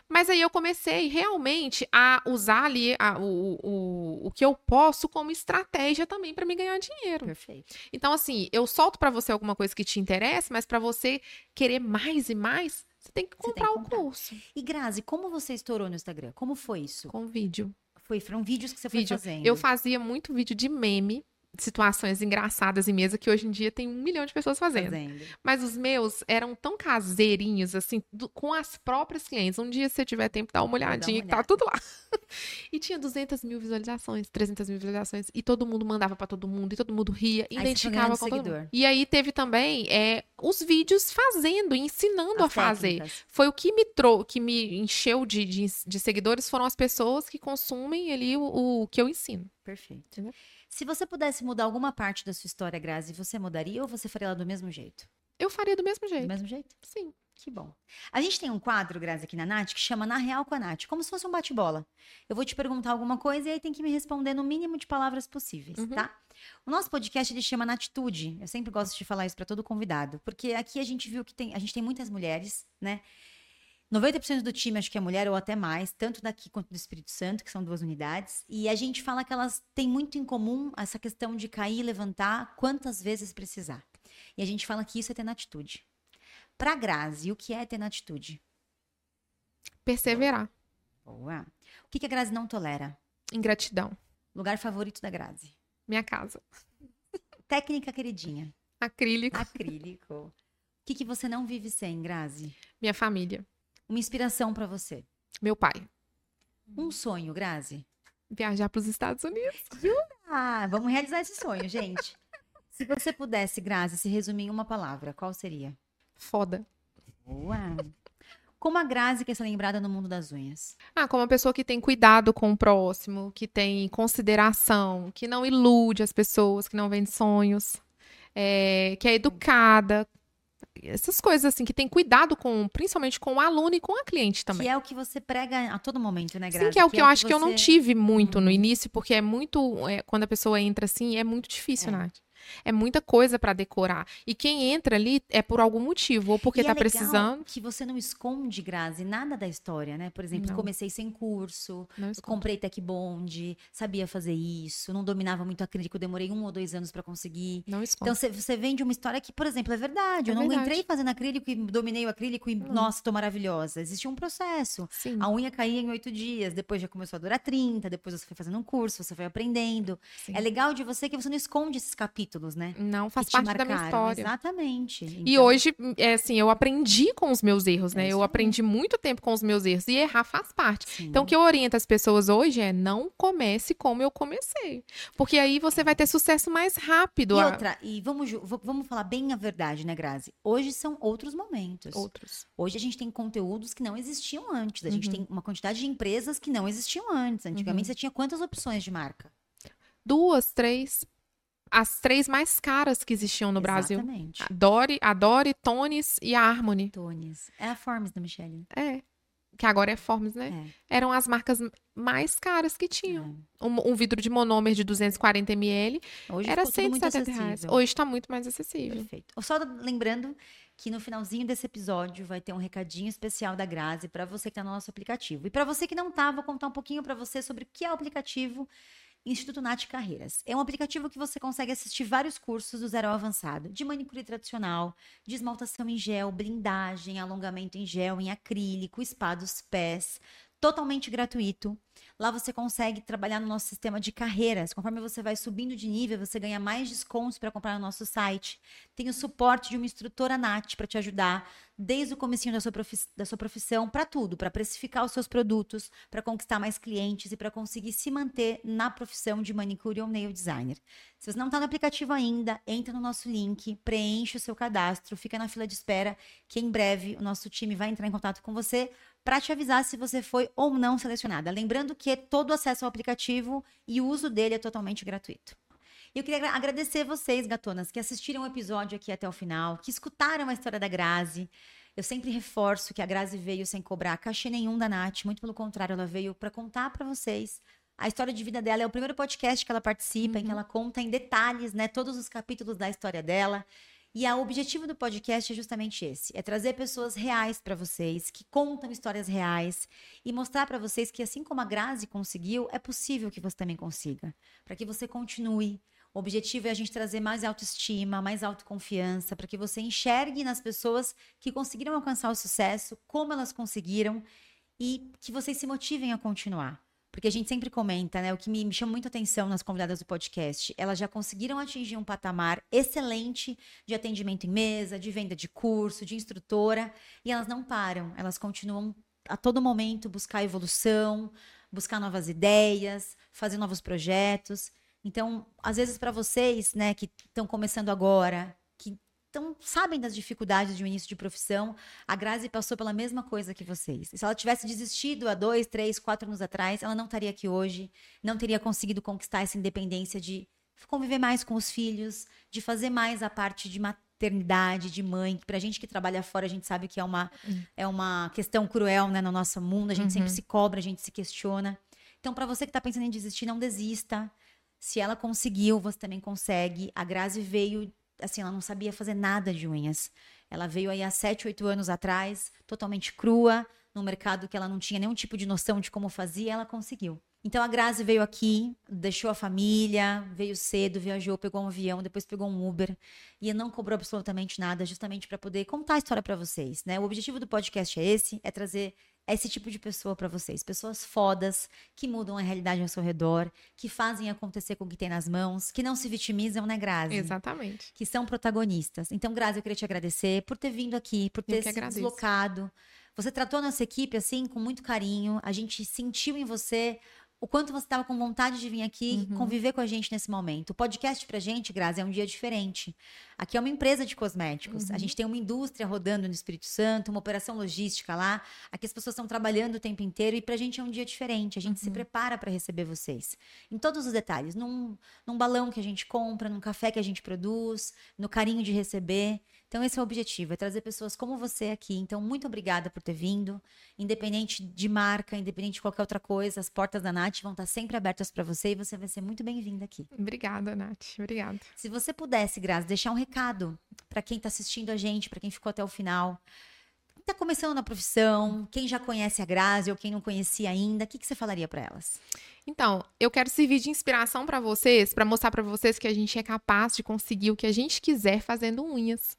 Speaker 2: Mas aí eu comecei realmente a usar ali a- o, o, o que eu posso como estratégia também para me ganhar dinheiro.
Speaker 1: Perfeito.
Speaker 2: Então, assim, eu solto para você alguma coisa que te interessa, mas para você querer mais e mais, Você tem que
Speaker 1: Você tem que
Speaker 2: comprar o
Speaker 1: comprar.
Speaker 2: curso
Speaker 1: E Grazi, como você estourou no Instagram? Como foi isso?
Speaker 2: com vídeo.
Speaker 1: Foi, foram vídeos que você foi
Speaker 2: Vídeo.
Speaker 1: fazendo.
Speaker 2: Eu fazia muito vídeo de meme, situações engraçadas em mesa, que hoje em dia tem um milhão de pessoas fazendo.
Speaker 1: fazendo.
Speaker 2: Mas os meus eram tão caseirinhos, assim, do- com as próprias clientes. Um dia, se você tiver tempo, dá uma
Speaker 1: dar uma
Speaker 2: olhadinha, que tá
Speaker 1: olhada.
Speaker 2: tudo lá. E tinha 200 mil visualizações, 300 mil visualizações. E todo mundo mandava pra todo mundo, e todo mundo ria, e
Speaker 1: Aí você foi
Speaker 2: identificava
Speaker 1: ganhando
Speaker 2: com todo mundo.
Speaker 1: seguidor.
Speaker 2: E aí teve também é, os vídeos fazendo, ensinando a
Speaker 1: As
Speaker 2: fazer
Speaker 1: técnicas.
Speaker 2: foi o que me trou que me encheu de, de, de seguidores foram as pessoas que consumem ali o, o que eu ensino.
Speaker 1: Perfeito.
Speaker 2: Entendeu?
Speaker 1: Se você pudesse mudar alguma parte da sua história, Grazi, você mudaria ou você faria ela do mesmo jeito?
Speaker 2: Eu faria do mesmo
Speaker 1: Do
Speaker 2: jeito.
Speaker 1: mesmo jeito?
Speaker 2: Sim.
Speaker 1: Que bom. A gente tem um quadro, Grazi, aqui na Nath, que chama Na Real com a Nath, como se fosse um bate-bola. Eu vou te perguntar alguma coisa e aí tem que me responder no mínimo de palavras possíveis,
Speaker 2: Uhum.
Speaker 1: tá? O nosso podcast ele chama Natitude. Eu sempre gosto de falar isso para todo convidado, porque aqui a gente viu que tem, a gente tem muitas mulheres, né? 90% do time acho que é mulher ou até mais, tanto daqui quanto do Espírito Santo, que são duas unidades, e a gente fala que elas têm muito em comum essa questão de cair e levantar quantas vezes precisar. E a gente fala que isso é ter atitude. Pra Grazi, o que é ter atitude?
Speaker 2: Perseverar.
Speaker 1: Boa. O que, que a Grazi não tolera?
Speaker 2: Ingratidão.
Speaker 1: Lugar favorito da Grazi.
Speaker 2: Minha casa.
Speaker 1: Técnica queridinha.
Speaker 2: Acrílico.
Speaker 1: Acrílico. O que, que você não vive sem, Grazi?
Speaker 2: Minha família.
Speaker 1: Uma inspiração pra você.
Speaker 2: Meu pai.
Speaker 1: Um sonho, Grazi.
Speaker 2: Viajar para os Estados Unidos.
Speaker 1: Ah, vamos realizar esse sonho, gente. Se você pudesse, Grazi, se resumir em uma palavra, qual seria?
Speaker 2: Foda.
Speaker 1: Boa. Como a Grazi quer ser lembrada no mundo das unhas?
Speaker 2: Ah, como uma pessoa que tem cuidado com o próximo, que tem consideração, que não ilude as pessoas, que não vende sonhos, é, que é educada. Essas coisas assim, que tem cuidado com, principalmente com o aluno e com a cliente também.
Speaker 1: Que é o que você prega a todo momento, né, Grazi?
Speaker 2: Sim, que é o que, eu acho que eu não
Speaker 1: você- Uhum.
Speaker 2: tive muito no início, porque é muito. é, quando a pessoa entra assim, é muito difícil,
Speaker 1: É.
Speaker 2: Nath. É muita coisa pra decorar. E quem entra ali é por algum motivo, ou porque
Speaker 1: E
Speaker 2: tá
Speaker 1: é legal
Speaker 2: precisando.
Speaker 1: Que você não esconde, Grazi, nada da história, né? Por exemplo,
Speaker 2: Não.
Speaker 1: comecei sem curso,
Speaker 2: Não esconde.
Speaker 1: comprei tech bond, sabia fazer isso, não dominava muito acrílico, demorei um ou dois anos pra conseguir.
Speaker 2: Não esconde.
Speaker 1: Então você- você vende uma história que, por exemplo, é verdade.
Speaker 2: Tá.
Speaker 1: eu
Speaker 2: É
Speaker 1: não
Speaker 2: verdade.
Speaker 1: entrei fazendo acrílico e dominei o acrílico e, nossa, tô maravilhosa. Existia um processo.
Speaker 2: Sim,
Speaker 1: A unha caía em oito dias, depois já começou a durar 30, depois você foi fazendo um curso, você foi aprendendo.
Speaker 2: sim.
Speaker 1: É legal de você que você não esconde esses capítulos, né?
Speaker 2: Não faz
Speaker 1: que te
Speaker 2: parte da minha
Speaker 1: marcaram.
Speaker 2: história.
Speaker 1: Exatamente.
Speaker 2: E
Speaker 1: Então,
Speaker 2: hoje, é assim, eu aprendi com os meus erros,
Speaker 1: É
Speaker 2: né?
Speaker 1: isso
Speaker 2: Eu
Speaker 1: aí.
Speaker 2: aprendi muito tempo com os meus erros. E errar faz parte.
Speaker 1: sim.
Speaker 2: Então, o que eu oriento as pessoas hoje é não comece como eu comecei. Porque aí você vai ter sucesso mais rápido.
Speaker 1: E
Speaker 2: a-
Speaker 1: outra, e vamos, ju- v- vamos falar bem a verdade, né, Grazi? Hoje são outros momentos.
Speaker 2: Outros.
Speaker 1: Hoje a gente tem conteúdos que não existiam antes. A gente
Speaker 2: Uhum.
Speaker 1: tem uma quantidade de empresas que não existiam antes. Antigamente você tinha quantas opções de marca?
Speaker 2: duas, três, as três mais caras que existiam no Brasil.
Speaker 1: Exatamente.
Speaker 2: A Dory, a Dory, Tones e a Harmony.
Speaker 1: Tones. É a Forms da Michelle. né?
Speaker 2: É. Que agora é Forms, né?
Speaker 1: É.
Speaker 2: Eram as marcas mais caras que tinham.
Speaker 1: É.
Speaker 2: Um, um vidro de monômer de 240 ml
Speaker 1: Hoje
Speaker 2: era
Speaker 1: ficou tudo muito
Speaker 2: 170 reais.
Speaker 1: acessível.
Speaker 2: Hoje tá muito mais acessível.
Speaker 1: Perfeito. Só lembrando que no finalzinho desse episódio vai ter um recadinho especial da Grazi para você que está no nosso aplicativo. E para você que não está, vou contar um pouquinho para você sobre o que é o aplicativo Instituto Nath Carreiras. É um aplicativo que você consegue assistir vários cursos do zero ao avançado, de manicure tradicional, de esmaltação em gel, blindagem, alongamento em gel, em acrílico, spa dos pés, totalmente gratuito. Lá você consegue trabalhar no nosso sistema de carreiras. Conforme você vai subindo de nível, você ganha mais descontos para comprar no nosso site. Tem o suporte de uma instrutora Nath para te ajudar, desde o comecinho da sua, profi- da sua profissão, para tudo, para precificar os seus produtos, para conquistar mais clientes e para conseguir se manter na profissão de manicure ou nail designer. Se você não está no aplicativo ainda, entra no nosso link, preenche o seu cadastro, fica na fila de espera, que em breve o nosso time vai entrar em contato com você para te avisar se você foi ou não selecionada. Lembrando que é todo acesso ao aplicativo e o uso dele é totalmente gratuito. E eu queria agra- agradecer vocês, gatonas, que assistiram o episódio aqui até o final, que escutaram a história da Grazi. Eu sempre reforço que a Grazi veio sem cobrar cachê nenhum da Nath, muito pelo contrário, ela veio para contar para vocês a história de vida dela. É o primeiro podcast que ela participa, em que ela conta em detalhes, né, todos os capítulos da história dela. E a- o objetivo do podcast é justamente esse: é trazer pessoas reais para vocês, que contam histórias reais e mostrar para vocês que, assim como a Grazi conseguiu, é possível que você também consiga, para que você continue. O objetivo é a gente trazer mais autoestima, mais autoconfiança, para que você enxergue nas pessoas que conseguiram alcançar o sucesso, como elas conseguiram e que vocês se motivem a continuar. Porque a gente sempre comenta, né? O que me, me chama muito atenção nas convidadas do podcast, elas já conseguiram atingir um patamar excelente de atendimento em mesa, de venda de curso, de instrutora, e elas não param, elas continuam a todo momento buscar evolução, buscar novas ideias, fazer novos projetos. Então, às vezes para vocês, né, que estão começando agora, que tão, sabem das dificuldades de um início de profissão, a Grazi passou pela mesma coisa que vocês. E se ela tivesse desistido há dois, três, quatro anos atrás, ela não estaria aqui hoje, não teria conseguido conquistar essa independência de conviver mais com os filhos, de fazer mais a parte de maternidade, de mãe, que pra gente que trabalha fora, a gente sabe que é uma,
Speaker 2: Hum.
Speaker 1: é uma questão cruel, né, no nosso mundo, a gente sempre
Speaker 2: Uhum.
Speaker 1: se cobra, a gente se questiona. Então, pra você que tá pensando em desistir, não desista. Se ela conseguiu, você também consegue. A Grazi veio, assim, ela não sabia fazer nada de unhas. Ela veio aí há 7, 8 anos atrás, totalmente crua, num mercado que ela não tinha nenhum tipo de noção de como fazia, e ela conseguiu. Então a Grazi veio aqui, deixou a família, veio cedo, viajou, pegou um avião, depois pegou um Uber e não cobrou absolutamente nada, justamente para poder contar a história para vocês, né? O objetivo do podcast é esse, é trazer esse tipo de pessoa para vocês, pessoas fodas que mudam a realidade ao seu redor, que fazem acontecer com o que tem nas mãos, que não se vitimizam, né, Grazi?
Speaker 2: Exatamente.
Speaker 1: que são protagonistas. Então, Grazi, eu queria te agradecer por ter vindo aqui, por ter
Speaker 2: que
Speaker 1: se
Speaker 2: agradeço.
Speaker 1: deslocado. Você tratou a nossa equipe assim com muito carinho. A gente sentiu em você o quanto você estava com vontade de vir aqui
Speaker 2: Uhum.
Speaker 1: conviver com a gente nesse momento. O podcast pra gente, Grazi, é um dia diferente. Aqui é uma empresa de cosméticos. A
Speaker 2: Uhum.
Speaker 1: gente tem uma indústria rodando no Espírito Santo, uma operação logística lá. Aqui as pessoas estão trabalhando o tempo inteiro e pra gente é um dia diferente. A gente
Speaker 2: Uhum.
Speaker 1: se prepara para receber vocês. Em todos os detalhes, num, num balão que a gente compra, num café que a gente produz, no carinho de receber. Então, esse é o objetivo, é trazer pessoas como você aqui. Então, muito obrigada por ter vindo. Independente de marca, independente de qualquer outra coisa, as portas da Nath vão estar sempre abertas para você e você vai ser muito bem-vinda aqui.
Speaker 2: Obrigada, Nath. Obrigada.
Speaker 1: Se você pudesse, Grazi, deixar um recado para quem está assistindo a gente, para quem ficou até o final, quem está começando na profissão, quem já conhece a Grazi ou quem não conhecia ainda, o que, que você falaria para elas?
Speaker 2: Então, eu quero servir de inspiração pra vocês, pra mostrar pra vocês que a gente é capaz de conseguir o que a gente quiser fazendo unhas.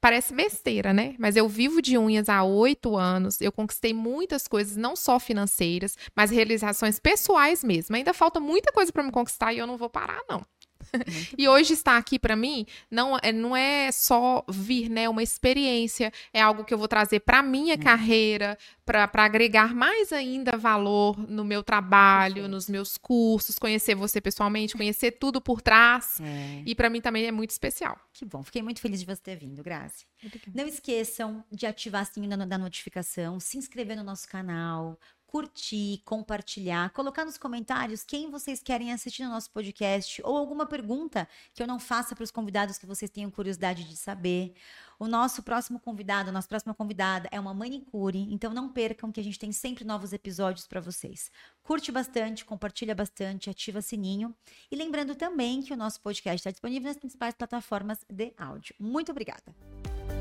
Speaker 2: Parece besteira, né? Mas eu vivo de unhas há oito anos. Eu conquistei muitas coisas, não só financeiras, mas realizações pessoais mesmo. Ainda falta muita coisa pra me conquistar e eu não vou parar, não. E hoje estar aqui pra mim não é, não é só vir, né? Uma experiência, é algo que eu vou trazer pra minha carreira, pra pra agregar mais ainda valor no meu trabalho,
Speaker 1: Perfeito.
Speaker 2: nos meus cursos, conhecer você pessoalmente, conhecer tudo por trás. E pra mim também é muito especial.
Speaker 1: Que bom, fiquei muito feliz de você ter vindo, Grazi. Não esqueçam de ativar o sininho da, da notificação, se inscrever no nosso canal, curtir, compartilhar, colocar nos comentários quem vocês querem assistir no nosso podcast ou alguma pergunta que eu não faça para os convidados que vocês tenham curiosidade de saber. O nosso próximo convidado, a nossa próxima convidada é uma manicure, então não percam que a gente tem sempre novos episódios para vocês. Curte bastante, compartilha bastante, ativa sininho e lembrando também que o nosso podcast está disponível nas principais plataformas de áudio. Muito obrigada.